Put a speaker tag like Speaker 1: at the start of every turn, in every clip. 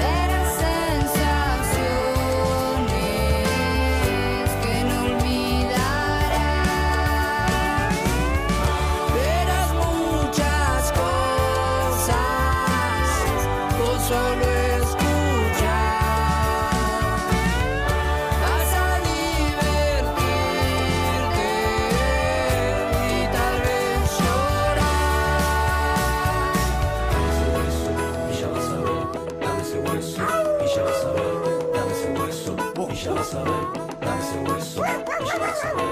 Speaker 1: Eran sensaciones que no olvidarás. Verás muchas cosas con solo escuchar. Vas a divertirte y tal vez llorar.
Speaker 2: y ya vas a ver, dame ese hueso, y ya vas a ver, dame ese hueso, y ya vas a ver, dame ese hueso, y ya vas a ver.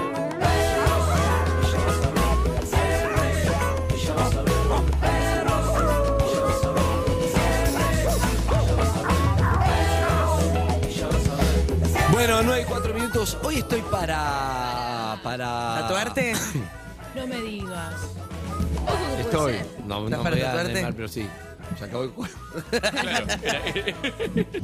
Speaker 3: Bueno, 9 y 4 minutos. Hoy estoy para. para.
Speaker 4: ¿Tatuarte?
Speaker 5: No me digas.
Speaker 3: Estoy. No,
Speaker 4: ¿Estás
Speaker 3: no me
Speaker 4: para
Speaker 3: voy a
Speaker 4: tatuarte?
Speaker 3: animar, pero sí. Se acabó el juego.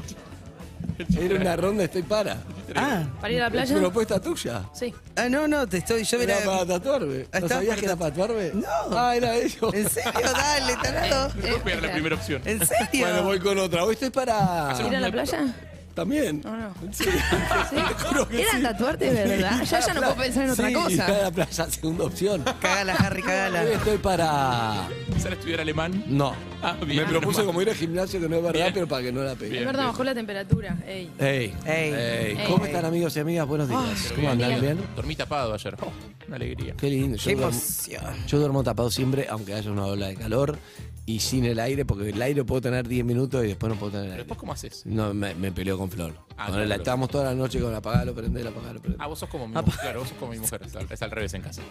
Speaker 3: Era una ronda, estoy para.
Speaker 4: Ah,
Speaker 5: ¿Para ir a la
Speaker 3: Es
Speaker 5: playa?
Speaker 3: propuesta tuya.
Speaker 5: Sí.
Speaker 4: ah, no, no, te estoy. Yo
Speaker 3: Era
Speaker 4: mira.
Speaker 3: para tatuarme.
Speaker 4: Ah,
Speaker 3: ¿No
Speaker 4: estaba
Speaker 3: sabías
Speaker 4: para
Speaker 3: que era
Speaker 4: tatu-
Speaker 3: para tatuarme?
Speaker 4: No.
Speaker 3: Ah, era eso.
Speaker 4: ¿En serio? Dale, tarado.
Speaker 5: Eh,
Speaker 6: Era la primera opción.
Speaker 4: ¿En serio?
Speaker 3: Bueno, voy con otra. Hoy estoy para.
Speaker 5: ¿Ir a la playa?
Speaker 3: También.
Speaker 5: No, no.
Speaker 3: Sí, te juro que
Speaker 5: Era
Speaker 3: sí.
Speaker 5: tatuarte, ¿verdad? Ya, ya no puedo pensar en otra
Speaker 3: Sí,
Speaker 5: cosa.
Speaker 3: ir a la playa, segunda opción.
Speaker 4: Cagala, Harry,
Speaker 3: Hoy
Speaker 4: cagala.
Speaker 3: estoy para.
Speaker 6: Empezar a estudiar alemán.
Speaker 3: No.
Speaker 6: Ah, bien,
Speaker 3: Me propuse
Speaker 6: menos mal.
Speaker 3: como ir al gimnasio, que no es verdad,
Speaker 6: Bien.
Speaker 3: pero para que no la pegue.
Speaker 5: Es
Speaker 6: Bien,
Speaker 5: verdad,
Speaker 6: bien.
Speaker 5: bajó la temperatura. Ey.
Speaker 3: Hey,
Speaker 4: Ey.
Speaker 3: ¿Cómo
Speaker 5: Ey.
Speaker 3: están amigos y amigas? Buenos días. ¿Cómo andan? ¿Bien?
Speaker 6: Dormí tapado ayer. Oh, una alegría.
Speaker 3: Qué lindo. Yo
Speaker 4: Qué
Speaker 3: duermo,
Speaker 4: emoción.
Speaker 3: yo duermo tapado siempre, aunque haya una ola de calor y sin el aire, porque el aire puedo tener 10 minutos y después no puedo tener
Speaker 6: Pero
Speaker 3: aire.
Speaker 6: después, ¿cómo haces?
Speaker 3: No, me, me peleo con Flor. Con
Speaker 6: Ah, claro,
Speaker 3: el-
Speaker 6: claro.
Speaker 3: estábamos toda la noche con apagalo, prendelo, apagalo, prendelo.
Speaker 6: Ah, vos sos como mi mujer. Claro, vos sos como mi mujer. Es al, es al revés en casa.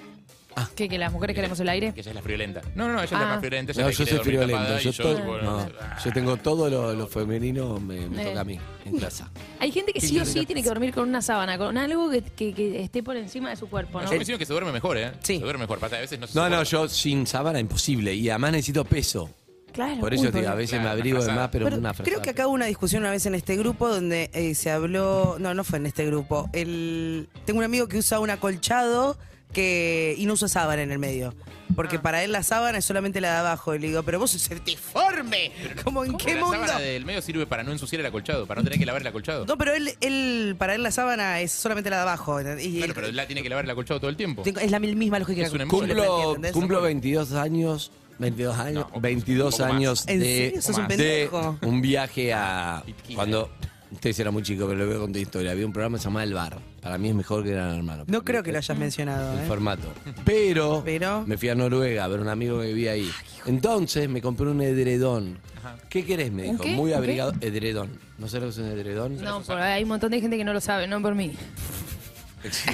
Speaker 3: Ah.
Speaker 5: ¿Qué, que las mujeres queremos el aire?
Speaker 6: Que ella es la friolenta. No, no, no, ella es
Speaker 5: Ah.
Speaker 6: la más friolenta. Ella
Speaker 3: no,
Speaker 6: la
Speaker 3: yo
Speaker 6: quiere
Speaker 3: soy
Speaker 6: dormir
Speaker 3: friolento.
Speaker 6: tapada
Speaker 3: Yo,
Speaker 6: y yo,
Speaker 3: todo-
Speaker 6: bueno,
Speaker 3: no, yo tengo todo lo, lo femenino, me, me
Speaker 5: Eh.
Speaker 3: toca a mí, en clase.
Speaker 5: Hay gente que sí o sí tiene que dormir con una sábana, con algo que, que- que esté por encima de su cuerpo, ¿no?
Speaker 6: No, yo me imagino que se duerme mejor, ¿eh?
Speaker 4: Sí.
Speaker 6: Se duerme mejor. Pasa, que a veces no se
Speaker 3: No, no,
Speaker 6: soporta.
Speaker 3: yo sin sábana imposible. Y además necesito peso.
Speaker 5: Claro.
Speaker 3: Por
Speaker 5: uy,
Speaker 3: eso te digo, a veces
Speaker 6: Claro,
Speaker 3: me
Speaker 6: una
Speaker 3: abrigo de
Speaker 6: frazada.
Speaker 3: más, pero,
Speaker 4: Pero
Speaker 3: una
Speaker 4: creo
Speaker 3: frazada.
Speaker 4: que acá hubo una discusión una vez en este grupo donde eh, se habló. No, no fue en este grupo. El, tengo un amigo que usa un acolchado que, y no usa sábana en el medio. Porque
Speaker 6: Ah.
Speaker 4: para él la sábana es solamente la de abajo. Y le digo, pero vos sos certiforme. ¿Cómo en
Speaker 6: ¿Cómo
Speaker 4: qué
Speaker 6: la
Speaker 4: mundo?
Speaker 6: sábana del medio sirve para no ensuciar el acolchado, para no tener que lavar el acolchado.
Speaker 4: No, pero él, él, para él la sábana es solamente la de abajo. Y
Speaker 6: Claro, pero la tiene que lavar el acolchado todo el tiempo.
Speaker 4: Tengo- Es la mil- misma lógica
Speaker 6: Es
Speaker 4: que
Speaker 6: un embole.
Speaker 3: Cumplo,
Speaker 4: ¿Entendés?
Speaker 3: cumplo 22 años. 22 años,
Speaker 6: No, un
Speaker 3: 22
Speaker 6: poco más.
Speaker 3: años
Speaker 4: ¿En
Speaker 3: de,
Speaker 4: serio? Sos un
Speaker 3: de
Speaker 4: pendejo.
Speaker 3: un viaje a.
Speaker 6: Pitquina.
Speaker 3: Cuando. Ustedes eran muy chicos, pero lo voy a contar historia. Había un programa llamado El Bar. Para mí es mejor que Gran Hermano.
Speaker 4: No creo que lo hayas mencionado.
Speaker 3: El
Speaker 4: ¿eh?
Speaker 3: formato. Pero,
Speaker 4: Pero-
Speaker 3: me fui a Noruega a ver un amigo que vivía ahí. Entonces me compré un edredón. ¿Qué querés? Me
Speaker 5: ¿Un
Speaker 3: dijo.
Speaker 5: qué?
Speaker 3: Muy
Speaker 5: ¿Un
Speaker 3: abrigado. Edredón. ¿No sabes lo que es un edredón?
Speaker 5: No, por- hay un montón de gente que no lo sabe, no por mí.
Speaker 6: Eso-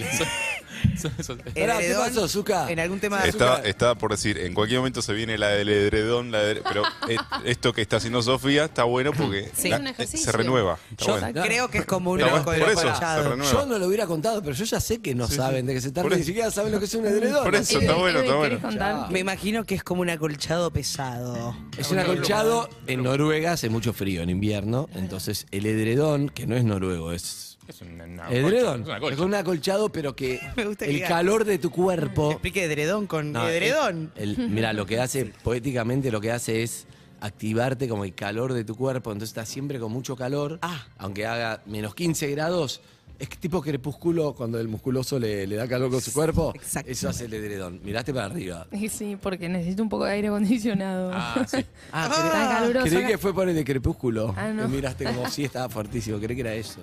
Speaker 6: eso-
Speaker 3: Pará, ¿Qué
Speaker 4: Edredón,
Speaker 3: pasó, Zuka?
Speaker 4: En algún tema de
Speaker 7: Estaba, estaba por decir, en cualquier momento se viene la del edredón, la del- pero eh, esto que está haciendo Sofía está bueno porque
Speaker 5: Sí,
Speaker 7: la-
Speaker 5: es un
Speaker 7: eh,
Speaker 5: ejercicio.
Speaker 7: se renueva. Está
Speaker 3: Yo-
Speaker 7: bueno.
Speaker 3: no,
Speaker 4: Creo que es como un
Speaker 7: Ah, Pero
Speaker 4: ojo
Speaker 7: bueno,
Speaker 4: de
Speaker 7: por eso,
Speaker 4: acolchado.
Speaker 7: se renueva.
Speaker 3: Yo no lo hubiera contado, pero yo ya sé que no saben de que se
Speaker 7: Por
Speaker 3: tarda. Ni
Speaker 7: eso.
Speaker 3: siquiera saben lo que es un edredón.
Speaker 7: Por eso
Speaker 3: Así
Speaker 7: está
Speaker 3: que-
Speaker 7: bueno, está
Speaker 5: Eh, ¿querés
Speaker 7: bueno.
Speaker 5: contar?
Speaker 4: Me imagino que es como un acolchado pesado.
Speaker 3: Es un acolchado. En Noruega hace mucho frío en invierno. Entonces, el edredón, que no es noruego, es.
Speaker 6: Es un- una
Speaker 3: Edredón.
Speaker 6: colcha,
Speaker 3: Es
Speaker 6: Es
Speaker 3: un
Speaker 6: una colcha.
Speaker 3: acolchado, pero que
Speaker 4: Me gusta que
Speaker 3: el
Speaker 4: diga-
Speaker 3: calor de tu cuerpo.
Speaker 4: Explique edredón con
Speaker 3: No, eh,
Speaker 4: edredón.
Speaker 3: el- el- mira, lo que hace, poéticamente, lo que hace es activarte como el calor de tu cuerpo. Entonces, estás siempre con mucho calor.
Speaker 4: Ah.
Speaker 3: Aunque haga menos 15 grados. Es que tipo crepúsculo cuando el musculoso le, le da calor con su cuerpo.
Speaker 4: Exacto.
Speaker 3: Eso hace el edredón. Miraste para arriba.
Speaker 5: Y sí, porque necesito un poco de aire acondicionado.
Speaker 6: Ah, sí.
Speaker 3: Ah,
Speaker 5: Está caluroso.
Speaker 3: Creí
Speaker 5: acá.
Speaker 3: que fue por el de crepúsculo.
Speaker 5: Ah, no.
Speaker 3: Me miraste como si estaba fuertísimo. Creí que era eso.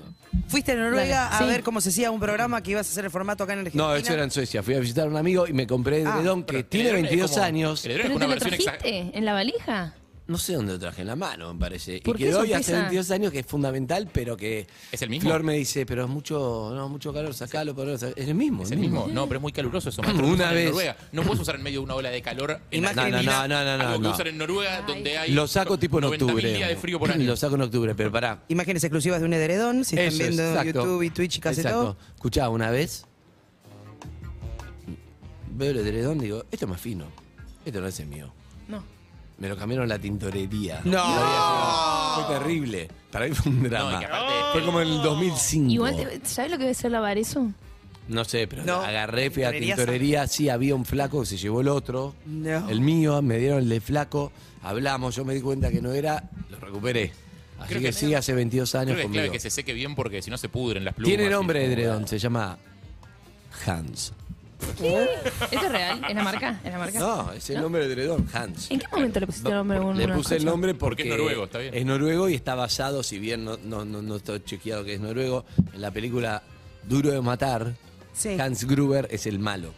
Speaker 4: Fuiste a Noruega
Speaker 5: Dale,
Speaker 4: a
Speaker 5: sí.
Speaker 4: ver cómo se hacía un programa que ibas a hacer el formato acá en Argentina.
Speaker 3: No, eso era en Suecia. Fui a visitar a un amigo y me compré el
Speaker 4: Ah,
Speaker 3: edredón que tiene
Speaker 6: El edredón es
Speaker 3: 22
Speaker 6: como-
Speaker 3: años.
Speaker 6: El
Speaker 5: ¿Pero te
Speaker 6: edredón es como
Speaker 5: lo
Speaker 6: una versión exacta.
Speaker 5: trajiste en la valija?
Speaker 3: No sé dónde lo traje, en la mano, me parece. Y
Speaker 5: ¿Por qué
Speaker 3: quedó
Speaker 5: eso
Speaker 3: y hace
Speaker 5: pesa?
Speaker 3: 22 años que es fundamental, pero que.
Speaker 6: ¿Es el mismo?
Speaker 3: Flor me dice, pero es mucho, no, mucho calor, sacalo, ponelo, sac- Es el mismo.
Speaker 6: Es el mismo. No, pero es muy caluroso eso. maestro.
Speaker 3: Una
Speaker 6: Usan en
Speaker 3: vez.
Speaker 6: Noruega. No puedes usar en medio de una ola de calor. En
Speaker 3: No, no, no,
Speaker 6: Argentina,
Speaker 3: no, no,
Speaker 6: Algo que
Speaker 3: no.
Speaker 6: usan en Noruega donde hay.
Speaker 3: Lo saco tipo en
Speaker 6: 90.000
Speaker 3: octubre.
Speaker 6: días de frío por año.
Speaker 3: Lo saco en octubre, pero pará.
Speaker 4: Imágenes exclusivas de un edredón, si
Speaker 3: Eso
Speaker 4: están
Speaker 3: es,
Speaker 4: viendo
Speaker 3: exacto.
Speaker 4: YouTube y Twitch y casi todo.
Speaker 3: Exacto. Escuchá, una vez veo el edredón y digo, esto es más fino. Esto no es el mío.
Speaker 5: No.
Speaker 3: Me lo cambiaron a la tintorería.
Speaker 4: No.
Speaker 3: había llegado. Fue terrible. Para mí fue un
Speaker 6: No, y
Speaker 3: drama.
Speaker 6: que aparte.
Speaker 3: fue como en el 2005.
Speaker 5: Igual, te- ¿sabes lo que debe ser lavar eso?
Speaker 3: No sé, pero
Speaker 4: No.
Speaker 3: agarré, fui a la
Speaker 4: Tintorería
Speaker 3: tintorería, sí, había un flaco que se llevó el otro,
Speaker 4: No.
Speaker 3: el mío, me dieron el de flaco, hablamos, yo me di cuenta que no era, lo recuperé. Así
Speaker 6: Creo
Speaker 3: que,
Speaker 6: que-
Speaker 3: sí, hace 22 años
Speaker 6: Creo que es clave
Speaker 3: conmigo.
Speaker 6: que se seque bien porque si no se pudren las plumas.
Speaker 3: Tiene nombre
Speaker 6: y-
Speaker 3: de edredón, se llama Hans.
Speaker 5: ¿Esto es real? ¿Es la marca? ¿Es la marca?
Speaker 3: No, es el nombre de edredón, Hans.
Speaker 5: ¿En qué momento le pusiste el nombre a un-
Speaker 3: Le
Speaker 5: una
Speaker 3: puse el
Speaker 5: cosa?
Speaker 3: nombre porque,
Speaker 6: Porque es noruego, está bien.
Speaker 3: Es noruego y está basado, si bien no, no, no, no está chequeado que es noruego, en la película Duro de Matar,
Speaker 4: Sí.
Speaker 3: Hans Gruber es el malo.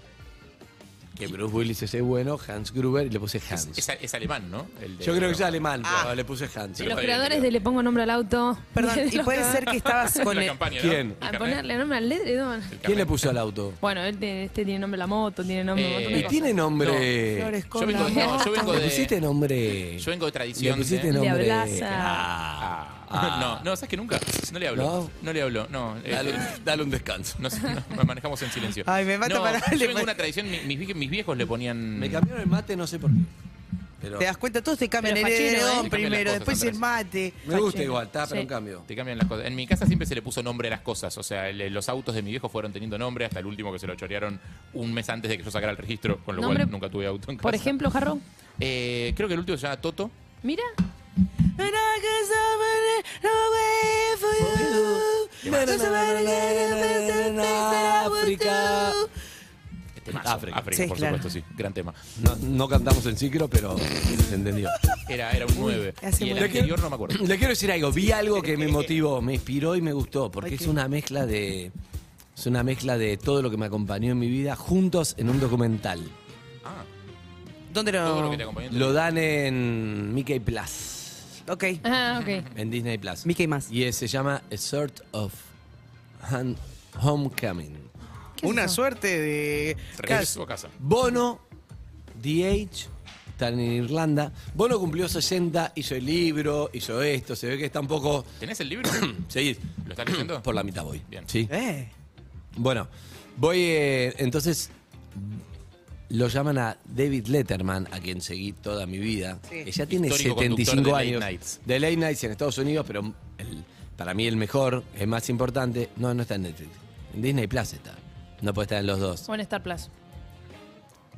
Speaker 3: Que Bruce Willis es el bueno, Hans Gruber, y le puse Hans.
Speaker 6: Es, es alemán, ¿no? El de-
Speaker 3: Yo creo que es alemán, pero le puse Hans.
Speaker 6: Pero
Speaker 5: Los
Speaker 6: está bien,
Speaker 5: creadores
Speaker 6: creo.
Speaker 5: de Le Pongo Nombre al Auto.
Speaker 4: Perdón,
Speaker 5: Los
Speaker 4: y puede
Speaker 5: creadores-
Speaker 4: ser que estabas con
Speaker 6: la
Speaker 4: el-
Speaker 6: campaña,
Speaker 3: ¿Quién?
Speaker 5: A
Speaker 6: ¿no? El carnet.
Speaker 5: ponerle nombre al edredón.
Speaker 3: ¿Quién le puso al auto?
Speaker 5: Bueno, él tiene- este tiene nombre la moto, tiene nombre un
Speaker 6: Eh,
Speaker 5: montón de
Speaker 3: Y
Speaker 5: cosas.
Speaker 3: tiene nombre.
Speaker 4: Flores
Speaker 6: Yo
Speaker 4: con
Speaker 6: vengo,
Speaker 4: la
Speaker 6: no, yo
Speaker 4: moto.
Speaker 6: vengo
Speaker 3: ¿Le
Speaker 6: de.
Speaker 3: pusiste nombre?
Speaker 6: Yo vengo de
Speaker 3: ¿Le
Speaker 6: tradición. ¿eh?
Speaker 3: pusiste
Speaker 6: de-
Speaker 5: Le
Speaker 3: nombre?
Speaker 5: abraza.
Speaker 3: Ah, ah.
Speaker 6: No, no, ¿sabes que nunca? No le hablo.
Speaker 3: ¿No?
Speaker 6: No, le hablo, no. eh,
Speaker 3: Dale, dale un descanso.
Speaker 6: no sé, no, manejamos en silencio.
Speaker 4: Ay, me mata
Speaker 6: no,
Speaker 4: para-
Speaker 6: Yo vengo de una tradición, mi- mis, vie- mis viejos le ponían.
Speaker 3: Me cambiaron el mate, no sé por qué. Pero
Speaker 4: Te das cuenta, todos te cambian el
Speaker 5: Pero fachero, ¿eh?
Speaker 4: edredón
Speaker 6: Te cambian las
Speaker 4: primero,
Speaker 6: cosas,
Speaker 4: después el
Speaker 6: Andrés.
Speaker 4: mate.
Speaker 3: me gusta igual, está, pero
Speaker 5: Sí.
Speaker 3: en cambio.
Speaker 6: Te cambian las cosas. En mi casa siempre se le puso nombre a las cosas. O sea, el- los autos de mi viejo fueron teniendo nombre hasta el último que se lo chorearon un mes antes de que yo sacara el registro, con lo
Speaker 5: Nombre,
Speaker 6: cual nunca tuve auto en casa.
Speaker 5: Por ejemplo, Jarro.
Speaker 6: Eh, creo que el último se llama Toto.
Speaker 5: Mira,
Speaker 4: And I can summer it, no way for you. There's a better way than the things that I would
Speaker 3: África.
Speaker 4: do.
Speaker 6: Este África. África,
Speaker 4: Sí,
Speaker 6: por
Speaker 4: claro.
Speaker 6: supuesto, sí. Gran tema.
Speaker 3: No, no cantamos en ciclo, pero se entendió.
Speaker 6: Era, era un 9.
Speaker 4: hace
Speaker 6: Y el
Speaker 4: muy-
Speaker 6: anterior no me acuerdo.
Speaker 3: Le quiero decir algo, vi algo que me motivó, me inspiró y me gustó, porque
Speaker 4: Ok.
Speaker 3: es una mezcla de. Es una mezcla de todo lo que me acompañó en mi vida juntos en un documental.
Speaker 6: Ah,
Speaker 4: ¿Dónde
Speaker 6: todo lo que te
Speaker 4: no?
Speaker 6: acompañó. en tu-
Speaker 3: Lo dan en Mickey Plus,
Speaker 4: Ok,
Speaker 5: ah, ok.
Speaker 3: en Disney Plus.
Speaker 4: Mickey más.
Speaker 3: Y eh, se llama A Sort of Han- Homecoming.
Speaker 5: ¿Qué es
Speaker 4: Una
Speaker 5: eso?
Speaker 4: suerte de.
Speaker 6: Regreso a casa.
Speaker 3: Bono, DH, están en Irlanda. Bono cumplió 60, hizo el libro, hizo esto, se ve que está un poco.
Speaker 6: ¿Tenés el libro?
Speaker 3: Seguís.
Speaker 6: ¿Lo estás leyendo?
Speaker 3: Por la mitad voy.
Speaker 6: Bien.
Speaker 3: ¿Sí?
Speaker 4: Eh.
Speaker 3: Bueno, voy eh, entonces. Lo llaman a David Letterman, a quien seguí toda mi vida.
Speaker 4: Sí.
Speaker 3: Que ya tiene
Speaker 6: Histórico
Speaker 3: 75
Speaker 6: conductor de late
Speaker 3: años.
Speaker 6: nights.
Speaker 3: De Late Nights en Estados Unidos, pero el- para mí el mejor, el más importante. No, no está en Netflix. En Disney Plus está. No puede estar en los dos.
Speaker 5: O en Star Plus.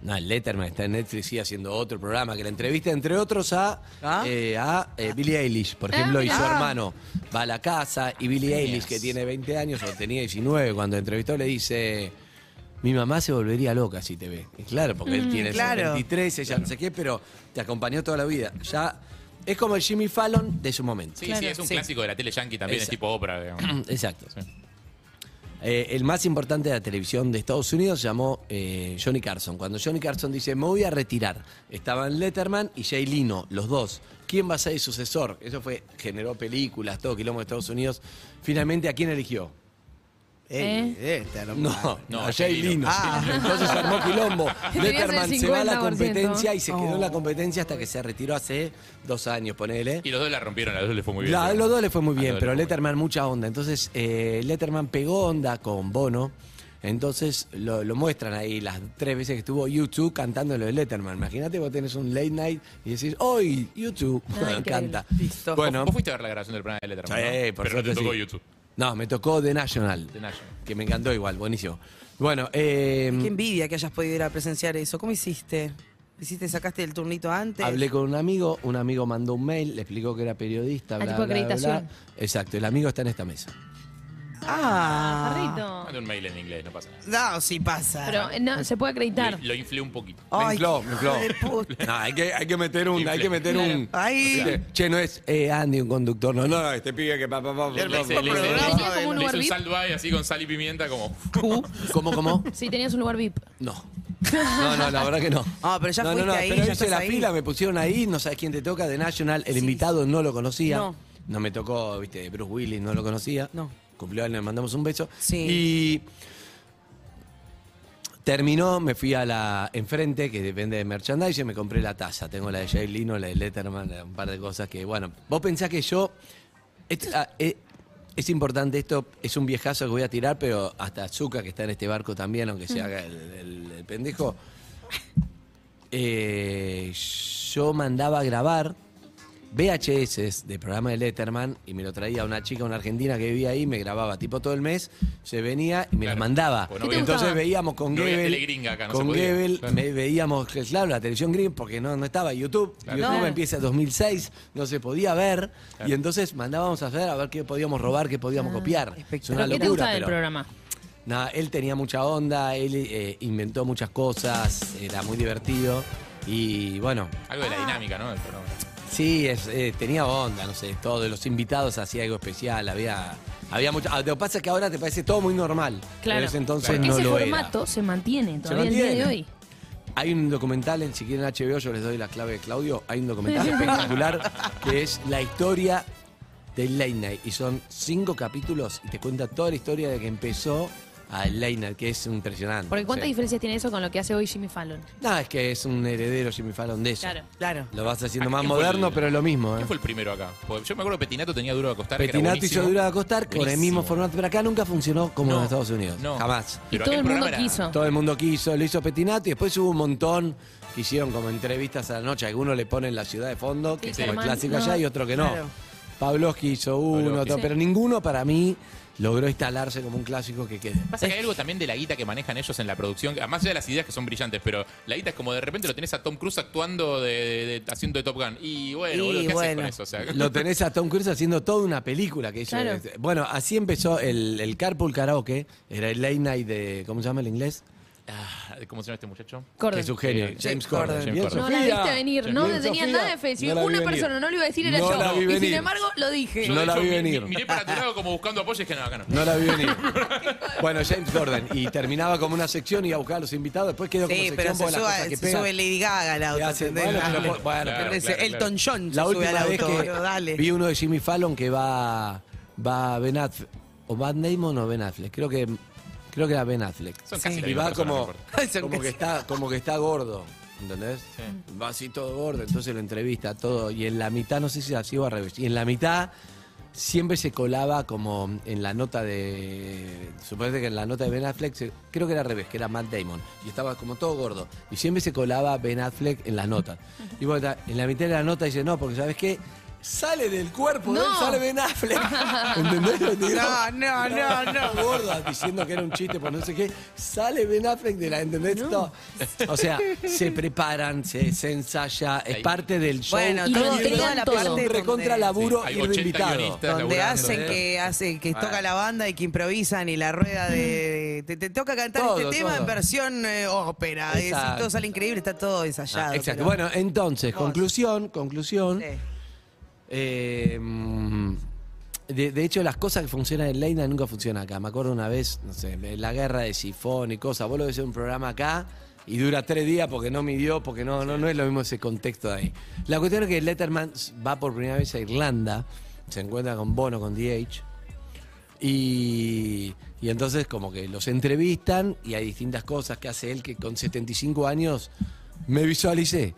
Speaker 3: No, el Letterman está en Netflix y haciendo otro programa que la entrevista, entre otros, a,
Speaker 4: ¿Ah?
Speaker 3: eh, a eh, Billie Eilish, por
Speaker 5: Ah,
Speaker 3: ejemplo, y su
Speaker 5: mirá.
Speaker 3: hermano. Va a la casa y Billie Eilish, que tiene 20 años o tenía 19, cuando entrevistó le dice... Mi mamá se volvería loca si te ve. Y claro, porque
Speaker 5: Mm,
Speaker 3: él tiene
Speaker 4: claro.
Speaker 3: 23, ella no sé qué, pero te acompañó toda la vida. Ya es como el Jimmy Fallon de su momento.
Speaker 6: Sí,
Speaker 5: Claro,
Speaker 6: sí, es un
Speaker 4: sí.
Speaker 6: clásico de la tele yankee también, es
Speaker 3: Esa-
Speaker 6: tipo Oprah, digamos.
Speaker 3: Exacto.
Speaker 6: Sí.
Speaker 3: Eh, el más importante de la televisión de Estados Unidos se llamó eh, Johnny Carson. Cuando Johnny Carson dice, me voy a retirar, estaban Letterman y Jay Lino, los dos. ¿Quién va a ser el sucesor? Eso fue, generó películas, todo quilombo de Estados Unidos. Finalmente, ¿a quién eligió?
Speaker 4: Ey, esta no-
Speaker 3: No, no,
Speaker 6: no,
Speaker 3: a
Speaker 6: a
Speaker 3: Jay
Speaker 6: Jay Lino.
Speaker 3: Lino.
Speaker 4: Ah.
Speaker 3: Entonces armó quilombo.
Speaker 5: Tenías el
Speaker 3: Letterman se va a la
Speaker 5: 50%.
Speaker 3: competencia y se quedó en la
Speaker 4: Oh.
Speaker 3: competencia hasta que se retiró hace dos años, ponele.
Speaker 6: Y los dos la rompieron, a los dos les fue muy bien.
Speaker 3: La- a
Speaker 6: digamos.
Speaker 3: los dos le fue muy
Speaker 6: A los
Speaker 3: bien,
Speaker 6: dos
Speaker 3: pero
Speaker 6: les fue muy
Speaker 3: Letterman mucha onda. Entonces, eh, Letterman pegó onda con Bono. Entonces lo, lo muestran ahí las tres veces que estuvo YouTube cantando lo de Letterman. Imagínate, vos tenés un late night y decís, hoy YouTube
Speaker 5: Ah, increíble.
Speaker 3: canta.
Speaker 4: Listo.
Speaker 3: Bueno,
Speaker 6: Vos fuiste a ver la grabación del programa de Letterman, ¿no?
Speaker 3: Sí, por
Speaker 6: Pero no te
Speaker 3: suerte
Speaker 6: tocó
Speaker 3: sí.
Speaker 6: YouTube.
Speaker 3: no, me tocó The National,
Speaker 6: The National.
Speaker 3: que me encantó igual, buenísimo. Bueno, eh,
Speaker 4: Qué envidia que hayas podido ir a presenciar eso. ¿Cómo hiciste? ¿Hiciste, sacaste el turnito antes?
Speaker 3: Hablé con un amigo, un amigo mandó un mail, le explicó que era periodista,
Speaker 5: Ah,
Speaker 3: bla,
Speaker 5: tipo
Speaker 3: bla, bla,
Speaker 5: acreditación.
Speaker 3: bla. Exacto, el amigo está en esta mesa.
Speaker 4: Ah.
Speaker 5: Jarrito.
Speaker 6: Mande un mail en inglés, no pasa nada.
Speaker 4: No, sí pasa.
Speaker 5: Pero eh, no, se puede
Speaker 6: Lo,
Speaker 5: acreditar.
Speaker 6: lo inflé un poquito.
Speaker 3: Me
Speaker 4: Ay,
Speaker 3: infló, me
Speaker 4: hijo
Speaker 3: infló.
Speaker 4: de puta.
Speaker 3: No, hay que, hay que meter un, hay que meter
Speaker 5: Claro.
Speaker 3: un.
Speaker 4: Ay.
Speaker 3: Che, Che, no es eh, Andy un conductor, no, no, no, este pibe que pa, pa, pa, pa,
Speaker 6: Le
Speaker 3: pa,
Speaker 6: hice,
Speaker 3: pa,
Speaker 6: le
Speaker 3: pa,
Speaker 6: hice-
Speaker 3: pa,
Speaker 5: Tenía como un
Speaker 6: le
Speaker 5: lugar
Speaker 6: hice un
Speaker 5: VIP.
Speaker 6: saldo ahí así con sal y pimienta como...
Speaker 3: pa. ¿Cómo, cómo?
Speaker 5: Sí, tenías un lugar VIP.
Speaker 3: No. No, no, la verdad que no.
Speaker 4: Ah, pero ya
Speaker 3: no, no,
Speaker 4: fuiste
Speaker 3: no,
Speaker 4: ahí,
Speaker 3: pero
Speaker 4: ya
Speaker 3: hice
Speaker 4: estás
Speaker 3: la
Speaker 4: ahí.
Speaker 3: fila, me pusieron ahí, no sabes quién te toca, de National, el invitado no lo conocía.
Speaker 4: No.
Speaker 3: No me tocó, viste, Bruce Willis no lo conocía.
Speaker 4: No.
Speaker 3: Cumplió, le mandamos un beso.
Speaker 4: Sí.
Speaker 3: Y terminó, me fui a la enfrente, que depende de merchandising, me compré la taza. Tengo la de Jay Lino, la de Letterman, un par de cosas que, bueno, vos pensás que yo... esto- ah, eh, es importante esto, es un viejazo que voy a tirar, pero hasta Zuka, que está en este barco también, aunque se haga el, el- el pendejo. Eh, yo mandaba a grabar VHS de programa de Letterman y me lo traía una chica, una argentina que vivía ahí, me grababa tipo todo el mes, se venía y me
Speaker 6: Claro.
Speaker 3: lo mandaba.
Speaker 6: Pues no
Speaker 5: ¿Qué te
Speaker 3: Entonces
Speaker 5: gustaba?
Speaker 3: veíamos con
Speaker 6: No había
Speaker 3: Goebel,
Speaker 6: tele gringa acá, no se
Speaker 3: con
Speaker 6: podía.
Speaker 3: Goebel,
Speaker 6: Claro.
Speaker 3: me- veíamos, claro, la televisión gringa porque no, no estaba YouTube,
Speaker 6: Claro.
Speaker 3: YouTube
Speaker 5: No.
Speaker 3: empieza en 2006, no se podía ver y entonces mandábamos a hacer a ver qué podíamos robar, qué podíamos copiar. Es una
Speaker 5: ¿Pero qué Ah, te
Speaker 3: locura,
Speaker 5: gusta del
Speaker 3: pero-
Speaker 5: programa?
Speaker 3: Nada, él tenía mucha onda, él eh, inventó muchas cosas, era muy divertido y bueno,
Speaker 6: Algo
Speaker 5: Ah.
Speaker 6: de la dinámica, ¿no? Del programa.
Speaker 3: sí, es, eh, tenía onda, no sé, todos los invitados hacía algo especial, había, había mucho... ah, Lo que pasa es que ahora te parece todo muy normal, pero
Speaker 5: Claro.
Speaker 3: en ese entonces
Speaker 6: Claro.
Speaker 3: no
Speaker 5: Ese
Speaker 3: lo
Speaker 5: formato se mantiene todavía el día de
Speaker 3: mantiene.
Speaker 5: hoy.
Speaker 3: era. Hay un documental, en, si quieren HBO, yo les doy la clave de Claudio, hay un documental espectacular que es la historia del Late Night y son cinco capítulos y te cuenta toda la historia de que empezó al Late Night, que es impresionante.
Speaker 5: Porque ¿cuántas
Speaker 3: Sí.
Speaker 5: diferencias tiene eso con lo que hace hoy Jimmy Fallon?
Speaker 3: No, es que es un heredero Jimmy Fallon de eso.
Speaker 5: Claro.
Speaker 4: Claro.
Speaker 3: Lo vas haciendo
Speaker 6: ¿A
Speaker 3: más
Speaker 6: quién Ah, fue
Speaker 3: moderno,
Speaker 6: el-
Speaker 3: pero es lo mismo. ¿eh?
Speaker 6: ¿Quién fue el primero acá? Porque yo me acuerdo que Petinato tenía duro de acostar. que era
Speaker 3: Petinato hizo
Speaker 6: buenísimo.
Speaker 3: Dura de Acostar con el
Speaker 6: Buenísimo.
Speaker 3: mismo formato, pero acá nunca funcionó como en Estados Unidos.
Speaker 6: no.
Speaker 3: Jamás.
Speaker 5: Y
Speaker 6: Pero
Speaker 5: todo
Speaker 6: aquel
Speaker 5: el mundo
Speaker 6: programa era-
Speaker 5: quiso.
Speaker 3: Todo el mundo quiso, lo hizo Petinato y después hubo un montón que hicieron como entrevistas a la noche. Algunos le ponen la ciudad de fondo, que
Speaker 5: Sí,
Speaker 3: es como el
Speaker 5: Germán,
Speaker 3: clásico
Speaker 5: no.
Speaker 3: allá, y otro que no.
Speaker 4: Claro.
Speaker 3: Pavlovsky hizo uno,
Speaker 6: Pavlovsky.
Speaker 3: todo,
Speaker 5: Sí.
Speaker 3: pero ninguno para mí logró instalarse como un clásico que quede.
Speaker 6: Pasa que hay algo también de la guita que manejan ellos en la producción, que además ya de las ideas que son brillantes, pero la guita es como de repente lo tenés a Tom Cruise actuando de, de- de- haciendo de Top Gun. Y bueno,
Speaker 4: Y
Speaker 6: boludo, ¿qué haces
Speaker 4: bueno.
Speaker 6: con eso? O sea,
Speaker 3: Lo tenés a Tom Cruise haciendo toda una película que hizo.
Speaker 5: Claro.
Speaker 3: Bueno, así empezó el, el Carpool Karaoke. Era el late night de. ¿Cómo se llama el inglés?
Speaker 6: Ah, ¿Cómo se llama este muchacho?
Speaker 5: Corden.
Speaker 3: Que es un genio.
Speaker 6: Eh,
Speaker 3: James
Speaker 4: James
Speaker 3: Corden.
Speaker 4: Corden.
Speaker 3: Bien,
Speaker 6: James
Speaker 5: No
Speaker 6: Corden.
Speaker 5: la
Speaker 3: Sofía.
Speaker 5: viste venir, no
Speaker 3: Bien,
Speaker 5: tenía
Speaker 3: Sofía.
Speaker 5: nada de fe. Si
Speaker 3: No la vi
Speaker 5: una
Speaker 3: venir.
Speaker 5: persona no lo iba a decir, era
Speaker 3: No
Speaker 5: yo.
Speaker 3: la vi
Speaker 5: y sin
Speaker 3: venir.
Speaker 5: embargo, lo dije.
Speaker 3: Yo- No
Speaker 6: de
Speaker 3: la vi
Speaker 6: mi-
Speaker 3: venir.
Speaker 6: mi- Miré para tu lado como buscando apoyo y dije, no, acá no.
Speaker 3: No la vi venir. bueno, James Corden. Y terminaba como una sección, iba a buscar a los invitados. Después quedó como
Speaker 4: Sí,
Speaker 3: sección
Speaker 4: pero se,
Speaker 3: por las
Speaker 4: suba-
Speaker 3: cosas que
Speaker 4: se
Speaker 3: pegan.
Speaker 4: sube Lady Gaga al
Speaker 3: Y
Speaker 4: auto.
Speaker 3: hace-
Speaker 4: ¿entendés?
Speaker 3: bueno, pero
Speaker 4: Dale.
Speaker 3: po- bueno,
Speaker 6: Claro,
Speaker 4: ¿Entendés?
Speaker 6: claro,
Speaker 4: Elton John se
Speaker 3: La
Speaker 4: sube
Speaker 3: última
Speaker 4: al
Speaker 3: vez
Speaker 4: auto.
Speaker 3: que
Speaker 4: boludo, dale.
Speaker 3: vi uno de Jimmy Fallon que va va Ben Affleck o Van Damon o Ben Affleck, creo que creo que era Ben Affleck.
Speaker 6: Son casi
Speaker 3: y
Speaker 6: la misma
Speaker 3: va
Speaker 6: persona, no
Speaker 3: como
Speaker 6: importa.
Speaker 4: Ay, son
Speaker 3: como que
Speaker 4: casi-
Speaker 3: está como que está gordo, ¿entendés? Va así todo gordo, entonces lo entrevista todo y en la mitad no sé si así o al revés. Y en la mitad siempre se colaba como en la nota de. Suponete que en la nota de Ben Affleck, se- creo que era al revés, que era Matt Damon. Y estaba como todo gordo. Y siempre se colaba Ben Affleck en las notas. Y bueno, en la mitad de la nota dice, no, porque ¿sabes qué? Sale del cuerpo, de él,
Speaker 5: No.
Speaker 3: sale Ben Affleck. ¿Entendés? lo que digo?
Speaker 4: No, no, no, no.
Speaker 3: Estaba gorda diciendo que era un chiste por no sé qué. Sale Ben Affleck de la, ¿entendés? No. O sea, se preparan, se, se ensaya, es parte del show.
Speaker 4: Bueno,
Speaker 5: Y
Speaker 4: todo-
Speaker 5: lo entregan
Speaker 4: toda la
Speaker 5: todo.
Speaker 4: parte
Speaker 3: un
Speaker 4: donde-
Speaker 3: recontra laburo
Speaker 6: hay
Speaker 3: ir de
Speaker 6: 80
Speaker 3: invitado.
Speaker 6: guionistas.
Speaker 4: donde
Speaker 6: laburando,
Speaker 4: hacen
Speaker 6: ¿eh?
Speaker 4: que hace que
Speaker 3: Ah. Mm.
Speaker 4: toca la banda y que improvisan y la rueda de te, te toca cantar
Speaker 3: Todo,
Speaker 4: este tema
Speaker 3: todo.
Speaker 4: en versión eh, ópera es-
Speaker 3: Exacto.
Speaker 4: todo sale increíble está todo ensayado
Speaker 3: Ah, exacto.
Speaker 4: pero-
Speaker 3: Bueno, entonces,
Speaker 4: Vos.
Speaker 3: conclusión, conclusión.
Speaker 4: Sí.
Speaker 3: Eh, mm, de, de hecho, las cosas que funcionan en Leina nunca funcionan acá. Me acuerdo una vez, no sé, la guerra de sifón y cosas. Vos lo ves en un programa acá y dura tres días porque no midió, porque no, no, no es lo mismo ese contexto de ahí. La cuestión es que Letterman va por primera vez a Irlanda, se encuentra con Bono, con DH. Y, y entonces como que los entrevistan y hay distintas cosas que hace él que con 75 años me visualicé.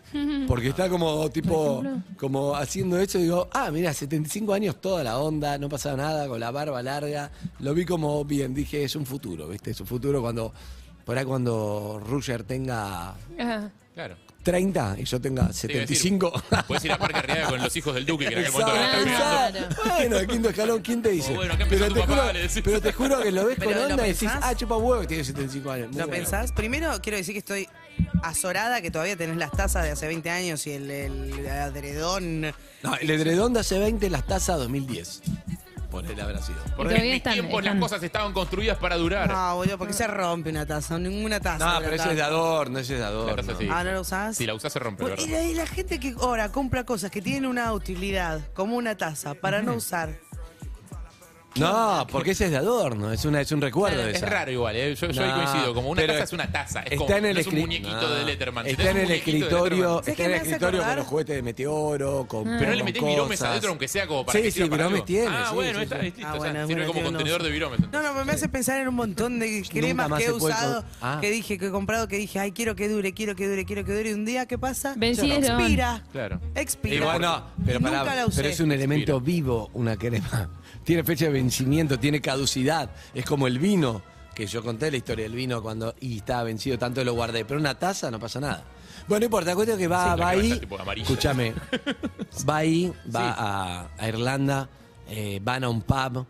Speaker 3: Porque está como tipo, como haciendo eso y digo, ah, mira, 75 años, toda la onda, no pasaba nada, con la barba larga. Lo vi como bien, dije, es un futuro, ¿viste? Es un futuro cuando, por ahí cuando Ruger tenga
Speaker 5: Ajá.
Speaker 6: Claro.
Speaker 3: 30 y yo tenga
Speaker 6: Te iba a decir,
Speaker 3: 75.
Speaker 6: Puedes ir a Parque Arriaga con los hijos del Duque, que en aquel momento
Speaker 5: Exacto.
Speaker 6: la estaban pegando.
Speaker 3: Exacto, exacto. Bueno, el quinto escalón, ¿quién te dice?
Speaker 6: Como, bueno, ¿qué
Speaker 3: pero,
Speaker 6: pensó
Speaker 3: te
Speaker 6: tu
Speaker 3: juro,
Speaker 6: papá? Le decís.
Speaker 3: pero te juro que lo ves con
Speaker 4: Pero, ¿lo
Speaker 3: onda y decís,
Speaker 4: pensás?
Speaker 3: ah, chupa huevo, que tiene 75 años. Muy
Speaker 4: ¿Lo
Speaker 3: bueno.
Speaker 4: pensás? Primero quiero decir que estoy azorada que todavía tenés las tazas de hace 20 años y el, el adredón
Speaker 3: No, el edredón de hace 20, las tazas 2010. Ponele habrá sido.
Speaker 6: Porque en
Speaker 5: Todavía
Speaker 6: mis
Speaker 5: están-
Speaker 6: tiempos
Speaker 5: están.
Speaker 6: las cosas estaban construidas para durar.
Speaker 4: no Ah, boludo porque se rompe una taza ninguna taza
Speaker 3: No,
Speaker 4: dura
Speaker 3: pero ese es de
Speaker 4: tanto.
Speaker 3: adorno, ese es de
Speaker 6: La
Speaker 3: adorno.
Speaker 6: taza sí.
Speaker 4: ah no lo usás
Speaker 6: Si la usás se rompe,
Speaker 4: Por-
Speaker 6: ¿verdad?
Speaker 4: y la, y la gente que ahora compra cosas que tienen una utilidad, como una taza, para
Speaker 3: Mm.
Speaker 4: no usar.
Speaker 3: No, porque ese es de adorno, es, una, es un recuerdo de
Speaker 6: Es
Speaker 3: esa.
Speaker 6: raro igual, ¿eh? yo, yo ahí
Speaker 3: No,
Speaker 6: coincido. Como una
Speaker 3: pero
Speaker 6: taza es una taza. Es
Speaker 3: está
Speaker 6: como,
Speaker 3: en el
Speaker 6: no es un
Speaker 3: escri-
Speaker 6: muñequito
Speaker 3: no,
Speaker 6: de Letterman. Si
Speaker 3: Está
Speaker 6: tenés
Speaker 3: en el
Speaker 6: un muñequito de Letterman-
Speaker 3: escritorio,
Speaker 4: ¿Sabés
Speaker 3: está
Speaker 4: qué
Speaker 3: en
Speaker 4: me
Speaker 3: el
Speaker 4: hace
Speaker 3: escritorio con
Speaker 4: acordar?
Speaker 3: los juguetes de meteoro, con
Speaker 6: Pero no le
Speaker 3: con
Speaker 6: metés viromes
Speaker 3: cosas.
Speaker 6: adentro, aunque sea como para
Speaker 3: Sí,
Speaker 6: que
Speaker 3: sí,
Speaker 6: sirva para
Speaker 3: viromes
Speaker 6: algo.
Speaker 3: tiene.
Speaker 6: Ah,
Speaker 3: sí,
Speaker 6: bueno,
Speaker 3: sí,
Speaker 6: está
Speaker 3: sí.
Speaker 6: listo.
Speaker 4: Ah,
Speaker 6: o sea,
Speaker 4: bueno,
Speaker 6: sirve
Speaker 4: bueno,
Speaker 6: como
Speaker 4: tiene unos-
Speaker 6: contenedor de viromes. entonces.
Speaker 4: No, no, pero me hace pensar en un montón de cremas
Speaker 3: más
Speaker 4: que he
Speaker 3: se puede
Speaker 4: usado,
Speaker 3: co- Ah.
Speaker 4: que dije, que he comprado, que dije, ay, quiero que dure, quiero que dure, quiero que dure. Y un día, ¿qué pasa?
Speaker 5: Vencieron.
Speaker 4: Expira.
Speaker 6: Claro.
Speaker 4: Expira.
Speaker 3: Y bueno, pero, pará,
Speaker 4: Nunca la usé.
Speaker 3: pero es un elemento vivo una crema. Tiene fecha de vencimiento, tiene caducidad. Es como el vino, que yo conté la historia del vino cuando y estaba vencido, tanto lo guardé. Pero una taza no pasa nada. Bueno, no importa, cuento que va,
Speaker 6: Sí, la
Speaker 3: va
Speaker 6: que va a
Speaker 3: ahí.
Speaker 6: estar tipo amarilla.
Speaker 3: Escúchame. Va ahí, va a, a Irlanda, eh, van a un pub,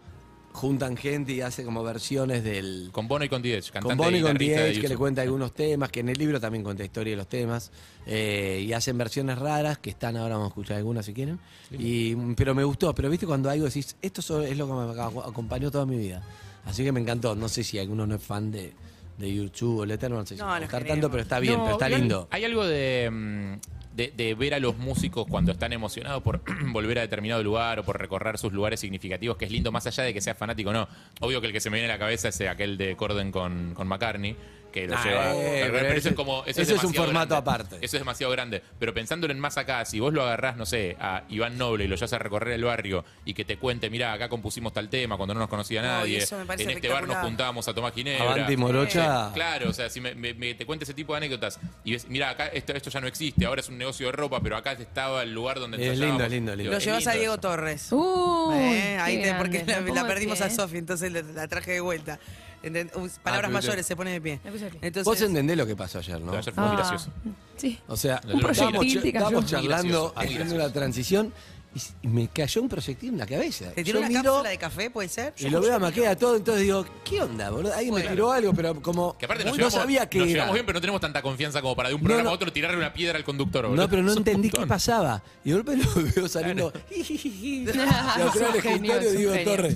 Speaker 3: juntan gente y hace como versiones del.
Speaker 6: Con Bono y con Diez, cantante
Speaker 3: Con Bonnie y con
Speaker 6: guitarrista de
Speaker 3: Diez, que le
Speaker 6: YouTube.
Speaker 3: cuenta algunos temas, que en el libro también cuenta historia de los temas. eh, y hacen versiones raras, que están ahora, vamos a escuchar algunas si quieren. Y, mm, pero me gustó, pero viste cuando algo decís, esto so- es lo que me ac- acompañó toda mi vida. Así que me encantó. No sé si alguno no es fan de, de YouTube o Letterman, no sé si
Speaker 4: No, los
Speaker 3: estar
Speaker 4: queremos.
Speaker 3: tanto, pero está bien,
Speaker 6: No,
Speaker 3: pero está
Speaker 6: igual
Speaker 3: lindo.
Speaker 6: Hay algo de, mm, de, de ver a los músicos cuando están emocionados por volver a determinado lugar o por recorrer sus lugares significativos, que es lindo, más allá de que sea fanático o no. Obvio que el que se me viene a la cabeza es aquel de Corden con, con McCartney, que lo
Speaker 3: Ah, eh,
Speaker 6: lleva. pero
Speaker 3: pero
Speaker 6: eso
Speaker 3: ese-
Speaker 6: es como. Eso,
Speaker 3: eso es un
Speaker 6: demasiado
Speaker 3: formato
Speaker 6: grande.
Speaker 3: aparte.
Speaker 6: Eso es demasiado grande. Pero pensándolo en más acá, si vos lo agarrás, no sé, a Iván Noble y lo llevas a recorrer el barrio y que te cuente, mira, acá compusimos tal tema cuando no nos conocía
Speaker 4: No, y
Speaker 6: nadie.
Speaker 4: eso me parece
Speaker 6: en este bar nos
Speaker 4: espectacular.
Speaker 6: juntábamos a tomar ginebra. Eh,
Speaker 3: Avanti Morocha.
Speaker 6: Claro, o sea, si me, me- me- te cuento ese tipo de anécdotas y ves, mira, acá esto, esto ya no existe, ahora es un negocio de ropa, pero acá estaba el lugar donde
Speaker 3: Es lindo,
Speaker 6: ensayábamos.
Speaker 3: es lindo, es lindo.
Speaker 4: Lo
Speaker 6: Es
Speaker 4: llevas a
Speaker 6: lindo
Speaker 4: Diego
Speaker 6: eso.
Speaker 4: Torres.
Speaker 5: Uy,
Speaker 4: Eh, ahí
Speaker 5: qué
Speaker 4: te- porque
Speaker 5: grande,
Speaker 4: la,
Speaker 5: me pongo
Speaker 4: la
Speaker 5: de
Speaker 4: perdimos
Speaker 5: pie,
Speaker 4: a
Speaker 5: eh.
Speaker 4: Sofi, entonces la, la traje de vuelta. Enten- uy,
Speaker 3: pero
Speaker 4: palabras
Speaker 3: te-
Speaker 4: mayores, se pone de pie.
Speaker 5: Me puse de pie.
Speaker 4: Entonces,
Speaker 3: Ah, Vos entendés lo que pasó ayer, ¿no?
Speaker 6: Ayer fue muy
Speaker 5: Ah,
Speaker 6: gracioso.
Speaker 5: Sí.
Speaker 3: O sea,
Speaker 6: Un
Speaker 3: estábamos
Speaker 5: proyectil
Speaker 3: cha-
Speaker 5: te cayó.
Speaker 3: estábamos
Speaker 6: Muy
Speaker 3: charlando,
Speaker 6: gracioso, muy
Speaker 3: haciendo
Speaker 6: gracioso.
Speaker 3: la transición y s- y me cayó un proyectil en la cabeza.
Speaker 4: ¿Te tiró
Speaker 3: Yo
Speaker 4: una
Speaker 3: miro
Speaker 4: cápsula de café, puede ser?
Speaker 3: Y lo veo a Maqueda todo, entonces digo, ¿qué onda, boludo? Alguien me tiró algo, pero como
Speaker 6: Que aparte nos
Speaker 3: no
Speaker 6: llevamos,
Speaker 3: sabía
Speaker 6: nos
Speaker 3: qué era.
Speaker 6: llevamos bien, pero no tenemos tanta confianza como para de un
Speaker 3: No,
Speaker 6: programa
Speaker 3: no.
Speaker 6: a otro tirarle una piedra al conductor. boludo.
Speaker 3: No, pero no
Speaker 6: Es un
Speaker 3: entendí qué
Speaker 6: montón.
Speaker 3: pasaba. Y de golpe lo veo saliendo. Y
Speaker 5: Es un
Speaker 3: atrás del
Speaker 5: genio,
Speaker 3: escritorio
Speaker 5: es un
Speaker 3: Diego
Speaker 5: genio.
Speaker 3: Torres.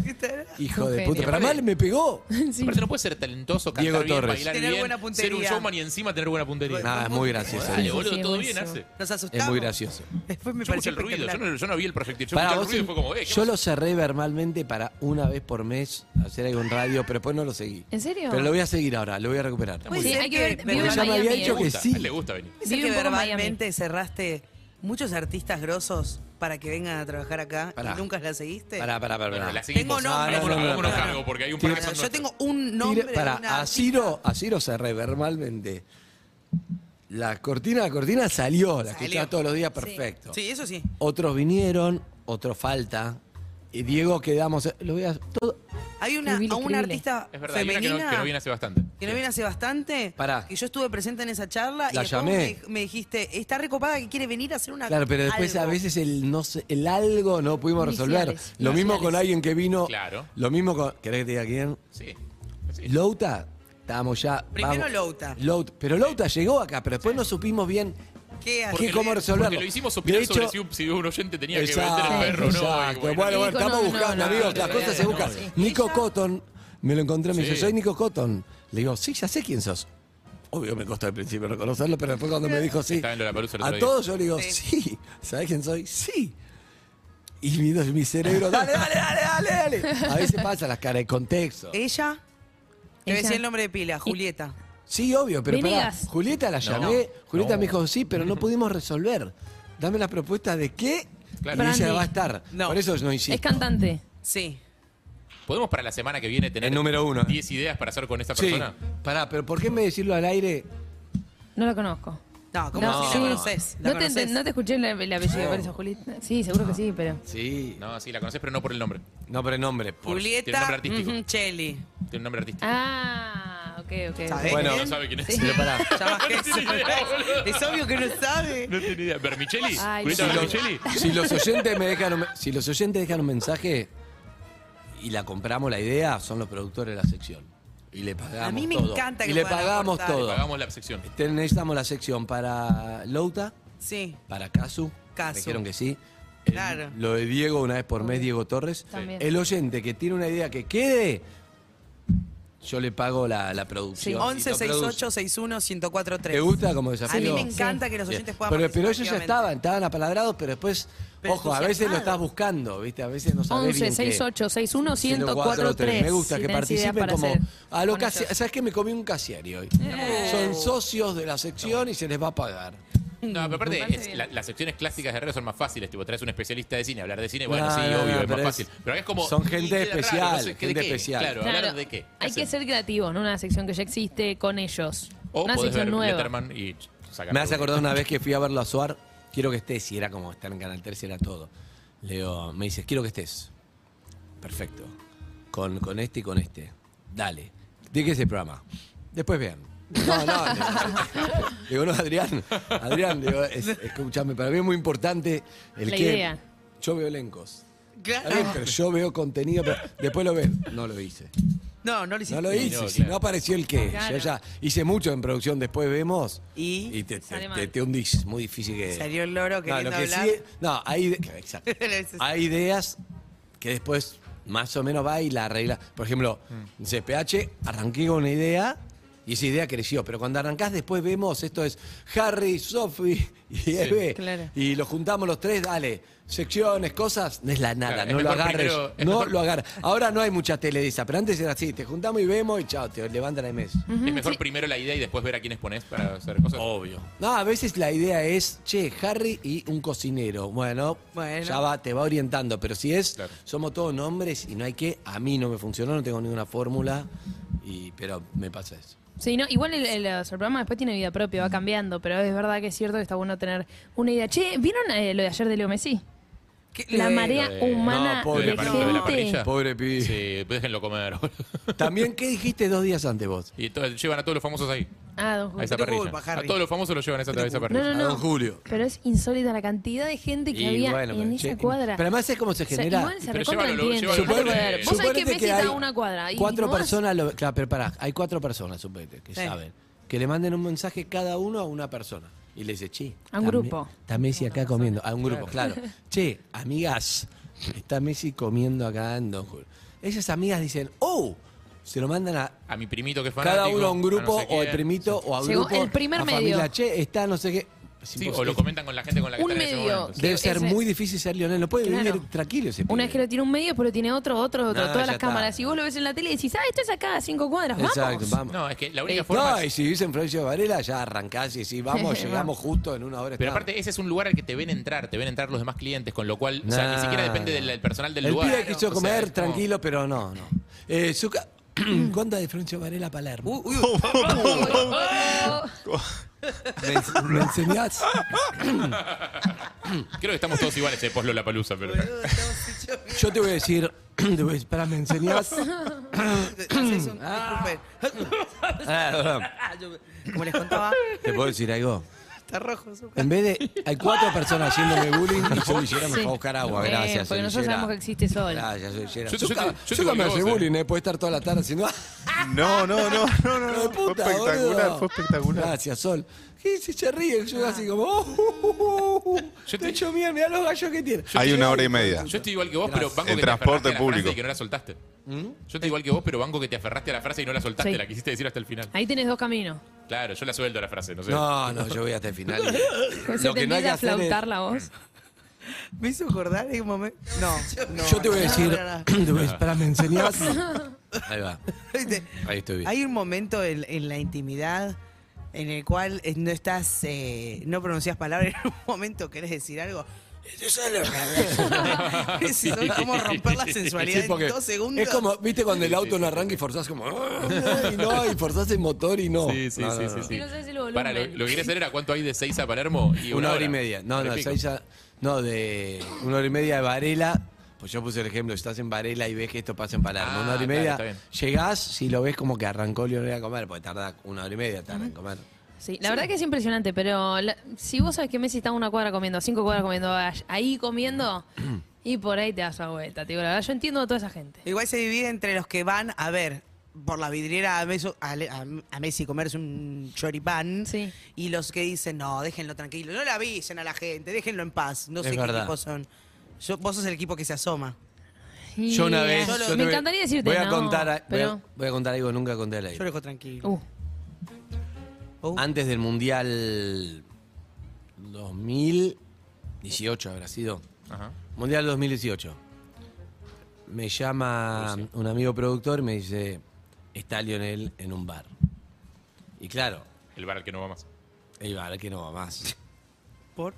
Speaker 3: Hijo
Speaker 5: Un
Speaker 3: de
Speaker 5: genio.
Speaker 3: puta. Pero mal me pegó.
Speaker 5: Sí.
Speaker 6: Aparte no puede ser talentoso, cantar
Speaker 3: Diego
Speaker 6: bien,
Speaker 3: Torres.
Speaker 6: bailar
Speaker 4: Tener
Speaker 6: bien,
Speaker 4: buena puntería.
Speaker 6: ser un showman y encima tener buena puntería.
Speaker 3: Nada, es muy gracioso.
Speaker 6: Dale,
Speaker 3: Diego.
Speaker 6: boludo,
Speaker 5: Sí,
Speaker 6: todo
Speaker 5: buenísimo.
Speaker 6: bien hace.
Speaker 4: Nos asustamos.
Speaker 3: Es muy gracioso.
Speaker 4: Después me
Speaker 6: Yo escuché
Speaker 4: pareció
Speaker 6: el ruido, yo
Speaker 4: espectacular.
Speaker 6: no, yo no vi el proyectil, yo
Speaker 3: Pará,
Speaker 6: escuché el
Speaker 3: vos
Speaker 6: ruido y
Speaker 3: en-
Speaker 6: fue como, eh, ¿qué
Speaker 3: yo
Speaker 6: pasó?
Speaker 3: lo cerré verbalmente para una vez por mes hacer algo en radio, pero después no lo seguí.
Speaker 5: ¿En serio?
Speaker 3: Pero lo voy a seguir ahora, lo voy a recuperar.
Speaker 4: Muy
Speaker 5: Sí,
Speaker 4: bien.
Speaker 5: hay que ver.
Speaker 4: Porque
Speaker 5: vivo en
Speaker 3: ya me
Speaker 5: Miami,
Speaker 3: había dicho
Speaker 5: eh.
Speaker 3: que
Speaker 6: Le gusta,
Speaker 3: sí.
Speaker 6: a él le gusta venir.
Speaker 4: ¿Es el
Speaker 5: Vive
Speaker 4: que
Speaker 5: un poco en
Speaker 4: verbalmente cerraste muchos artistas grosos para que vengan a trabajar acá
Speaker 3: Pará.
Speaker 4: y nunca la seguiste?
Speaker 3: Pará, pará, pará.
Speaker 6: Bueno,
Speaker 3: pará.
Speaker 6: la seguimos. Ah,
Speaker 4: Tengo nombre.
Speaker 6: Hagámonos-
Speaker 3: No, no, no,
Speaker 6: hagámonos
Speaker 3: no, no.
Speaker 6: cargo, porque hay un par que
Speaker 4: Bueno,
Speaker 6: son
Speaker 4: yo
Speaker 6: nuestros.
Speaker 4: tengo un nombre
Speaker 3: Tira-
Speaker 4: de
Speaker 3: pará,
Speaker 4: una
Speaker 3: a Ciro, a Ciro cerré verbalmente. La cortina, la cortina salió, la escuchaba todos los días, perfecto.
Speaker 4: Sí, eso sí.
Speaker 3: Otros vinieron, otro falta. Y Diego quedamos. eh, Lo voy a. Todo,
Speaker 4: Hay una,
Speaker 5: Increíble,
Speaker 4: a una
Speaker 5: increíble.
Speaker 4: artista
Speaker 6: Es verdad, hay una que
Speaker 4: femenina
Speaker 6: no, que no viene hace bastante.
Speaker 4: que no viene hace bastante,
Speaker 3: Pará.
Speaker 4: que yo estuve presente en esa charla y
Speaker 3: La
Speaker 4: después
Speaker 3: llamé.
Speaker 4: Me, dij- me dijiste, está recopada que quiere venir a hacer una
Speaker 3: claro, pero después
Speaker 4: algo".
Speaker 3: a veces el no sé- el algo no pudimos resolver.
Speaker 5: Iniciales,
Speaker 3: lo mismo
Speaker 5: iniciales.
Speaker 3: con alguien que vino.
Speaker 6: Claro.
Speaker 3: Lo mismo con. ¿Querés que te diga quién?
Speaker 6: Sí. sí.
Speaker 3: Louta. Estábamos ya.
Speaker 4: Primero Louta.
Speaker 3: Louta- Pero Louta llegó acá, pero después no supimos bien
Speaker 4: ¿Qué
Speaker 3: Porque
Speaker 4: hacer?
Speaker 3: cómo
Speaker 6: le-
Speaker 3: resolverlo.
Speaker 6: Porque lo hicimos
Speaker 3: De
Speaker 6: opinar
Speaker 3: hecho-
Speaker 6: sobre si un, si un oyente tenía
Speaker 3: Exacto,
Speaker 6: que vender el perro, ¿no? Y
Speaker 3: exacto. Bueno, bueno,
Speaker 5: Nico,
Speaker 3: estamos
Speaker 5: no, no,
Speaker 3: buscando,
Speaker 5: no,
Speaker 3: amigos,
Speaker 5: no,
Speaker 3: las
Speaker 5: no,
Speaker 3: cosas
Speaker 5: no,
Speaker 3: se
Speaker 5: no,
Speaker 3: buscan.
Speaker 5: sí.
Speaker 3: Nico Cotton, me lo encontré, me
Speaker 6: Sí.
Speaker 3: dice, soy Nico Cotton. Le digo, sí, ya sé quién sos. Obvio me costó al principio reconocerlo, pero después cuando me dijo sí.
Speaker 6: Estaba en Lollapalooza el otro
Speaker 3: A
Speaker 6: día.
Speaker 3: todos yo le digo,
Speaker 4: Sí.
Speaker 3: sí, ¿sabés quién soy? Sí. Y mi, mi cerebro, dale, dale, dale, dale, dale. A veces pasa las caras de contexto.
Speaker 4: Ella, te voy a
Speaker 5: Ella.
Speaker 4: decir el nombre de pila, Julieta.
Speaker 3: Sí, obvio, pero pará,
Speaker 5: Venegas.
Speaker 3: Julieta la llamé, Julieta me dijo sí, pero no pudimos resolver. Dame la propuesta de qué
Speaker 6: Claro.
Speaker 3: y ella
Speaker 5: Brandy.
Speaker 3: va a estar.
Speaker 4: No.
Speaker 3: Por eso no hiciste.
Speaker 5: Es cantante.
Speaker 4: Sí.
Speaker 6: ¿Podemos para la semana que viene tener
Speaker 3: El número uno.
Speaker 6: 10 ideas para hacer con esta
Speaker 3: Sí,
Speaker 6: persona?
Speaker 3: pará, pero ¿por qué me decirlo al aire?
Speaker 5: No la conozco.
Speaker 4: No, ¿cómo
Speaker 3: No,
Speaker 4: si
Speaker 3: sí.
Speaker 4: la conoces? ¿La
Speaker 5: No te,
Speaker 4: conocés?
Speaker 5: no te escuché la- el apellido, por eso, Julieta. Sí, seguro que sí, pero.
Speaker 3: Sí. No,
Speaker 6: No, sí, la conoces, pero no por el nombre.
Speaker 3: por el nombre. por-
Speaker 6: tiene
Speaker 4: Julieta
Speaker 6: nombre artístico.
Speaker 4: ujú, Cheli.
Speaker 6: Tiene un nombre artístico.
Speaker 5: Ah, ok, ok.
Speaker 4: ¿Sabés
Speaker 3: Bueno.
Speaker 6: No
Speaker 4: quién?
Speaker 6: sabe quién es.
Speaker 5: Sí.
Speaker 3: Pero pará.
Speaker 4: Llamás
Speaker 6: No tiene
Speaker 4: Jesús.
Speaker 6: idea, boludo.
Speaker 4: Es obvio que no sabe.
Speaker 6: No tiene idea. ¿Vermicelli?
Speaker 5: Ay,
Speaker 6: ¿Julieta
Speaker 5: sí.
Speaker 6: Vermicelli?
Speaker 3: Si los oyentes me dejan un, me- si los oyentes dejan un mensaje y la compramos la idea, son los productores de la sección. Y le pagamos
Speaker 4: A mí me
Speaker 3: todo.
Speaker 4: encanta que
Speaker 3: Y le
Speaker 4: puedan
Speaker 3: pagamos
Speaker 4: aportar.
Speaker 3: todo.
Speaker 6: Pagamos la sección.
Speaker 3: Ten- Necesitamos la sección para Louta,
Speaker 4: Sí,
Speaker 3: para Casu.
Speaker 4: Casu.
Speaker 3: Me dijeron que sí. El-
Speaker 4: claro.
Speaker 3: Lo de Diego una vez por mes, Diego Torres.
Speaker 5: También.
Speaker 3: El oyente que tiene una idea que quede, yo le pago la, la producción. y lo
Speaker 4: 11
Speaker 3: produce.
Speaker 4: 68 61 1043.
Speaker 3: ¿Te gusta como
Speaker 4: A mí
Speaker 3: desafío?
Speaker 4: me encanta que los
Speaker 3: Bien.
Speaker 4: oyentes puedan
Speaker 3: pero, pero ellos ya
Speaker 4: participar
Speaker 3: estaban, estaban apalabrados, pero después,
Speaker 4: Pero
Speaker 3: ojo, a veces lo
Speaker 4: entusiasmados.
Speaker 3: estás buscando, ¿viste? A veces no sabes
Speaker 5: 11
Speaker 3: bien qué.
Speaker 5: 68 61 1043.
Speaker 3: Me gusta
Speaker 5: Si
Speaker 3: que
Speaker 5: tenés
Speaker 3: participen
Speaker 5: ideas para
Speaker 3: como
Speaker 5: hacer
Speaker 3: a lo
Speaker 5: con
Speaker 3: casi,
Speaker 5: ellos. Eh.
Speaker 3: ¿sabes qué? Me comí un casiari hoy. Son socios de la sección y se les va a pagar.
Speaker 6: No, pero aparte, es- la- las secciones clásicas de radio son más fáciles. Tipo, traes un especialista de cine, hablar de cine, bueno,
Speaker 3: No,
Speaker 6: sí,
Speaker 3: no,
Speaker 6: obvio,
Speaker 3: no,
Speaker 6: es más
Speaker 3: pero es-
Speaker 6: fácil. Pero acá es como.
Speaker 3: son
Speaker 6: y
Speaker 3: gente
Speaker 6: queda raro,
Speaker 3: especial,
Speaker 6: no sé, ¿de
Speaker 3: gente
Speaker 6: qué?
Speaker 3: especial.
Speaker 6: Claro,
Speaker 5: Claro,
Speaker 6: hablar de qué.
Speaker 5: Hay que
Speaker 6: Hacen-
Speaker 5: ser creativos, no una sección que ya existe con ellos.
Speaker 6: O
Speaker 5: una
Speaker 6: podés
Speaker 5: sección
Speaker 6: ver
Speaker 5: nueva.
Speaker 6: Letterman y sacar.
Speaker 3: Me has acordado una vez que fui a verlo a Suar, quiero que estés, y era como estar en Canal 13, era todo. Leo, me dices, quiero que estés. Perfecto. Con, con este y con este. Dale. ¿De qué es el programa? Después vean. No, no. le- digo, no, Adrián. Adrián, digo, es- escúchame, para mí es muy importante el
Speaker 5: La
Speaker 3: que.
Speaker 5: idea.
Speaker 3: Yo veo elencos. Está bien, pero yo veo contenido, pero después lo ven. No lo hice.
Speaker 4: No, no lo hiciste.
Speaker 3: No lo hice,
Speaker 6: claro.
Speaker 3: si no apareció el qué.
Speaker 5: Claro.
Speaker 3: Yo ya hice mucho en producción, después vemos.
Speaker 4: Y-
Speaker 3: te, te-
Speaker 5: Sale mal.
Speaker 3: te- te hundís, muy difícil que.
Speaker 4: Salió el loro
Speaker 3: no,
Speaker 4: queriendo
Speaker 3: lo que sí
Speaker 4: hablar.
Speaker 3: es- no, hay, ide- exacto. hay ideas que después más o menos va y la arregla. Por ejemplo,
Speaker 6: Mm.
Speaker 3: en CPH arranqué con una idea y esa idea creció, pero cuando arrancás después vemos, esto es Harry, Sophie y Eve,
Speaker 5: claro.
Speaker 3: y los juntamos los tres, dale, secciones, cosas, no es la nada,
Speaker 6: Claro, es
Speaker 3: no lo
Speaker 6: mejor
Speaker 3: agarres,
Speaker 6: primero- es
Speaker 3: no
Speaker 6: mejor-
Speaker 3: lo agarres. Ahora no hay mucha tele de esa, pero antes era así, te juntamos y vemos y chao, te levantan la mesa.
Speaker 6: Es mejor primero la idea y después ver a quiénes pones para hacer cosas.
Speaker 3: Obvio. No, a veces la idea es, che, Harry y un cocinero. Bueno,
Speaker 4: Bueno.
Speaker 3: ya va, te va orientando, pero si es,
Speaker 6: Claro.
Speaker 3: somos todos nombres y no hay que, a mí no me funcionó, no tengo ninguna fórmula, y, pero me pasa eso.
Speaker 5: Sí, no, igual el, el, eh, el programa después tiene vida propia, va cambiando, pero es verdad que es cierto que está bueno tener una idea. Che, ¿vieron eh, lo de ayer de Leo Messi?
Speaker 4: ¿Qué-
Speaker 5: La
Speaker 4: lo de-
Speaker 5: marea
Speaker 6: lo de-
Speaker 5: humana
Speaker 3: no, pobre,
Speaker 5: de,
Speaker 3: lo de la
Speaker 6: parrilla, lo de la
Speaker 5: gente.
Speaker 6: parrilla.
Speaker 3: Pobre pibe.
Speaker 6: Sí, pues déjenlo comer. boludo.
Speaker 3: También, ¿qué dijiste dos días antes vos?
Speaker 6: y to- llevan a todos los famosos ahí.
Speaker 5: Ah, don Julio.
Speaker 6: A esa
Speaker 4: No te
Speaker 6: parrilla.
Speaker 4: culpa,
Speaker 6: a
Speaker 4: Harry.
Speaker 6: todos los famosos los llevan a esa, a esa
Speaker 5: No,
Speaker 6: parrilla.
Speaker 5: no,
Speaker 3: A
Speaker 5: no.
Speaker 3: don Julio.
Speaker 5: Pero es insólita la cantidad de gente que
Speaker 3: Y
Speaker 5: había
Speaker 3: bueno,
Speaker 5: en
Speaker 3: pero,
Speaker 5: esa
Speaker 3: che,
Speaker 5: cuadra.
Speaker 3: pero además es como se
Speaker 5: O sea,
Speaker 3: genera-
Speaker 5: igual se
Speaker 6: Pero
Speaker 5: recontra
Speaker 6: llévalo,
Speaker 5: entiende,
Speaker 6: llévalo.
Speaker 5: dejate
Speaker 6: Supone-
Speaker 5: joder. Vos sabés que
Speaker 3: suponete
Speaker 5: Messi está
Speaker 3: hay
Speaker 5: a una cuadra. y
Speaker 3: cuatro
Speaker 5: no vas.
Speaker 3: personas, lo- claro, pero pará, hay cuatro personas, suponete, que
Speaker 4: Sí.
Speaker 3: saben. Que le manden un mensaje cada uno a una persona. Y le dice, che.
Speaker 5: A un
Speaker 3: está Me-
Speaker 5: grupo.
Speaker 3: Está Messi acá comiendo. A un grupo, claro. Che, amigas, está Messi comiendo acá en Don Julio. Esas amigas dicen, oh, se lo mandan a
Speaker 6: A mi primito que es fanático.
Speaker 3: cada uno a un grupo
Speaker 6: no sé
Speaker 3: o al
Speaker 6: quién.
Speaker 3: primito o a un
Speaker 5: Llegó
Speaker 3: grupo.
Speaker 5: el primer
Speaker 3: a
Speaker 5: medio.
Speaker 3: familia, che, está no sé qué. Es
Speaker 6: Sí, o
Speaker 3: imposible.
Speaker 6: lo comentan con la gente con la que
Speaker 5: Un
Speaker 6: están en ese
Speaker 5: medio.
Speaker 6: momento.
Speaker 3: Debe ser
Speaker 5: Ese-
Speaker 3: muy difícil ser Lionel. No puede
Speaker 5: Claro.
Speaker 3: vivir tranquilo ese
Speaker 5: Una
Speaker 3: pibe.
Speaker 5: vez que lo tiene un medio, después lo tiene otro, otro, otro,
Speaker 3: No, ya
Speaker 5: todas las
Speaker 3: está.
Speaker 5: cámaras. Y vos lo ves en la tele y decís, ah, esto es acá a cinco cuadras, vamos.
Speaker 3: Exacto, vamos.
Speaker 6: No, es que la
Speaker 5: Eh,
Speaker 6: única forma.
Speaker 3: No,
Speaker 6: es-
Speaker 3: y si dicen Florencio Varela, ya arrancás y si vamos, llegamos justo en una hora.
Speaker 6: Pero
Speaker 3: estamos.
Speaker 6: aparte, ese es un lugar al que te ven entrar, te ven entrar los demás clientes, con lo cual, o sea, ni
Speaker 3: Nah.
Speaker 6: siquiera depende del, del personal del
Speaker 3: el
Speaker 6: lugar.
Speaker 3: pibe quiso
Speaker 6: O sea,
Speaker 3: comer
Speaker 6: es como-
Speaker 3: tranquilo, pero no, no. Eh, Zucca- ¿Cuánta de Florencio Varela a Palermo?
Speaker 4: Uy, uy, uy.
Speaker 6: Uh,
Speaker 3: ¿Me, ens- me enseñás?
Speaker 6: Creo que estamos todos iguales, eh, poslo la palusa, pero.
Speaker 3: Yo te voy a decir, te voy a decir, pará, ¿me enseñás?
Speaker 4: Hacés un- disculpen.
Speaker 3: Ah, perdón.
Speaker 4: Como les contaba,
Speaker 3: ¿Te puedo decir algo?
Speaker 4: está rojo. su-
Speaker 3: En vez de, hay cuatro personas haciéndome bullying y yo Villera me fue a buscar agua,
Speaker 5: Eh,
Speaker 3: gracias.
Speaker 5: porque nosotros
Speaker 3: Villera.
Speaker 5: sabemos que existe sol.
Speaker 3: Gracias, soy Villera.
Speaker 6: Yo te- yo te-
Speaker 3: Zucca-
Speaker 6: yo te
Speaker 3: Zucca me
Speaker 6: digo
Speaker 3: hace
Speaker 6: vos, eh.
Speaker 3: bullying, eh, puede estar toda la tarde haciendo...
Speaker 7: No, no, no, no, no.
Speaker 3: Hijo
Speaker 7: no.
Speaker 3: de puta,
Speaker 7: fue espectacular,
Speaker 3: boludo.
Speaker 7: fue espectacular.
Speaker 3: Gracias, Sol. ¿Qué se, se ríe? Yo así como, oh, oh, oh, oh.
Speaker 6: Yo
Speaker 3: te
Speaker 6: te-
Speaker 3: echo mierda, mirá los gallos que tiene.
Speaker 7: Hay una hora y media.
Speaker 6: Yo estoy igual que vos, pero banco
Speaker 7: En
Speaker 6: que te aferraste
Speaker 7: transporte
Speaker 6: a la
Speaker 7: público.
Speaker 6: frase y que no la soltaste.
Speaker 3: ¿Mm?
Speaker 6: Yo estoy igual que vos, pero banco que te aferraste a la frase y no la soltaste,
Speaker 5: Sí.
Speaker 6: la quisiste decir hasta el final.
Speaker 5: Ahí tenés dos caminos.
Speaker 6: Claro, yo la suelto la frase, no sé.
Speaker 3: No, no, yo voy hasta el final.
Speaker 5: Se te empieza a flautar la voz.
Speaker 4: Me hizo acordar en un momento. No, no.
Speaker 3: Yo te voy a
Speaker 4: no,
Speaker 3: decir,
Speaker 4: no, no, no.
Speaker 3: te voy a decir, pará, ¿me enseñás? Ahí va,
Speaker 4: Viste,
Speaker 3: ahí estoy bien.
Speaker 4: Hay un momento en, en la intimidad en el cual eh, no estás, eh, no pronuncias palabras, en un momento querés decir algo. es como romper la sensualidad
Speaker 3: Sí, porque
Speaker 4: en dos segundos.
Speaker 3: es como, viste, cuando el auto no arranca y forzás como, "Ah", y no, y forzás el motor y no.
Speaker 6: Sí, sí,
Speaker 3: No, no,
Speaker 6: sí,
Speaker 3: no.
Speaker 6: sí, sí.
Speaker 5: Y no sabes el volumen.
Speaker 6: Para, lo, lo que quería saber era cuánto hay de 6 a Palermo y
Speaker 3: Una, hora y media. No,
Speaker 6: Hora y
Speaker 3: no,
Speaker 6: pico.
Speaker 3: Saiza- no, de una hora y media de Varela. Pues yo puse el ejemplo, estás en Varela y ves que esto pasa en Palermo.
Speaker 6: Ah,
Speaker 3: una hora y
Speaker 6: claro,
Speaker 3: media,
Speaker 6: está bien.
Speaker 3: llegás, si lo ves como que arrancó Lionel a comer, porque tarda una hora y media tarda en comer.
Speaker 5: Sí, la verdad que es impresionante, pero la- si vos sabes que Messi está a una cuadra comiendo, a cinco cuadras comiendo, a- ahí comiendo, y por ahí te das la vuelta. Te digo, la verdad, yo entiendo a toda esa gente.
Speaker 4: Igual se divide entre los que van a ver por la vidriera a, Meso- a Le- a- a Messi comerse un choripán
Speaker 5: Sí.
Speaker 4: y los que dicen, no, déjenlo tranquilo, no le avisen a la gente, déjenlo en paz. No
Speaker 3: Es
Speaker 4: sé qué
Speaker 3: verdad.
Speaker 4: equipo son. Yo- vos sos el equipo que se asoma.
Speaker 3: Yo una
Speaker 5: Y,
Speaker 3: vez.
Speaker 5: eh,
Speaker 3: yo te
Speaker 5: me
Speaker 3: voy-
Speaker 5: encantaría decirte.
Speaker 3: Voy a
Speaker 5: no,
Speaker 3: contar, a- voy, a,
Speaker 5: pero-
Speaker 3: voy a contar algo que nunca conté al aire.
Speaker 4: Yo lo dejo tranquilo.
Speaker 5: Uh,
Speaker 4: Oh.
Speaker 3: Antes del Mundial 2018 habrá sido.
Speaker 6: Ajá.
Speaker 3: Mundial 2018. Me llama un amigo productor y me dice, está Lionel en un bar. Y claro,
Speaker 6: El bar al que no va más.
Speaker 3: el bar que no va más.
Speaker 4: ¿Por?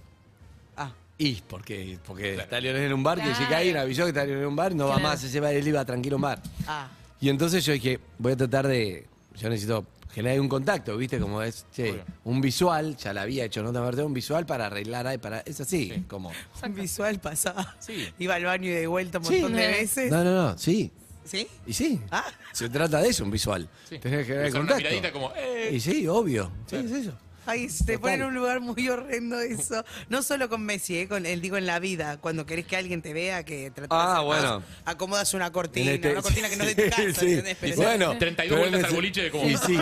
Speaker 4: Ah,
Speaker 3: Y porque, porque está Lionel en un bar, que
Speaker 5: Claro.
Speaker 3: si alguien avisó que está Lionel en un bar, no va
Speaker 5: Claro.
Speaker 3: más ese bar, él iba tranquilo a un bar.
Speaker 4: ah.
Speaker 3: Y entonces yo dije, voy a tratar de, yo necesito generar un contacto, ¿viste? Como es, che,
Speaker 6: Obvio.
Speaker 3: un visual, ya la había hecho, no te un visual para arreglar, ahí, para, es así, como...
Speaker 4: Un visual pasaba.
Speaker 6: Sí.
Speaker 4: Iba al baño y de vuelta un montón de veces.
Speaker 3: No, no, no, sí.
Speaker 4: ¿Sí?
Speaker 3: Y sí,
Speaker 4: Ah.
Speaker 3: se trata de eso, un visual.
Speaker 6: Sí.
Speaker 3: Tenés que ver el
Speaker 6: Son una
Speaker 3: contacto.
Speaker 6: miradita como, ¡eh!
Speaker 3: Y sí, obvio. Sí, es eso.
Speaker 4: Ay, se te
Speaker 3: Total.
Speaker 4: pone en un lugar muy horrendo eso. No solo con Messi, eh, con el digo en la vida, cuando querés que alguien te vea, que tratas
Speaker 3: Ah,
Speaker 4: de hacer
Speaker 3: bueno.
Speaker 4: más, acomodas una cortina,
Speaker 3: Tenés que-
Speaker 4: una cortina que no es de tu casa,
Speaker 3: este Sí,
Speaker 4: ¿entendés? Pero
Speaker 3: sí. Bueno,
Speaker 6: 32
Speaker 3: pero
Speaker 6: vueltas
Speaker 3: me-
Speaker 6: al boliche de como-
Speaker 3: Y sí,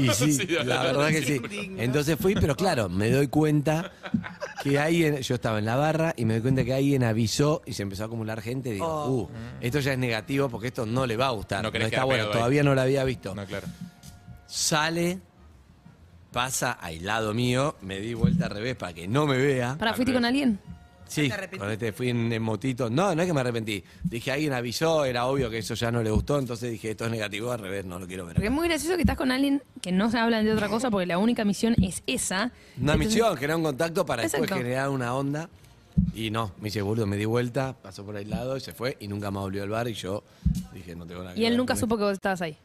Speaker 3: y sí,
Speaker 6: Sí, la
Speaker 3: la
Speaker 6: verdad
Speaker 3: verdad que
Speaker 6: que
Speaker 3: sí.
Speaker 4: sí.
Speaker 3: Entonces fui, pero claro, me doy cuenta que alguien, yo estaba en la barra y me doy cuenta que alguien avisó y se empezó a acumular gente. y Digo,
Speaker 4: Oh.
Speaker 3: uh, esto ya es negativo porque esto no le va a gustar.
Speaker 6: No
Speaker 3: No,
Speaker 6: querés
Speaker 3: está
Speaker 6: quedar
Speaker 3: bueno,
Speaker 6: pegado ahí.
Speaker 3: todavía no lo había visto.
Speaker 6: No, claro.
Speaker 3: Sale, pasa al lado mío, me di vuelta al revés para que no me vea.
Speaker 5: ¿Para fuiste con alguien?
Speaker 3: Sí,
Speaker 4: ¿Te arrepentiste?
Speaker 3: con este fui en, en motito. No, no es que me arrepentí. Dije, alguien avisó, era obvio que eso ya no le gustó, entonces dije, esto es negativo, al revés, no lo quiero ver.
Speaker 5: Porque es muy gracioso que estás con alguien que no se hablan de otra cosa porque la única misión es esa.
Speaker 3: Una
Speaker 5: Entonces,
Speaker 3: misión, crear un contacto para después
Speaker 5: Exacto.
Speaker 3: generar una onda. Y no, me dice, boludo, me di vuelta, pasó por ahí al lado y se fue y nunca más volvió al bar y yo dije, no tengo nada que
Speaker 5: Y él
Speaker 3: ver
Speaker 5: nunca
Speaker 3: con
Speaker 5: supo que vos estabas ahí.
Speaker 3: esto".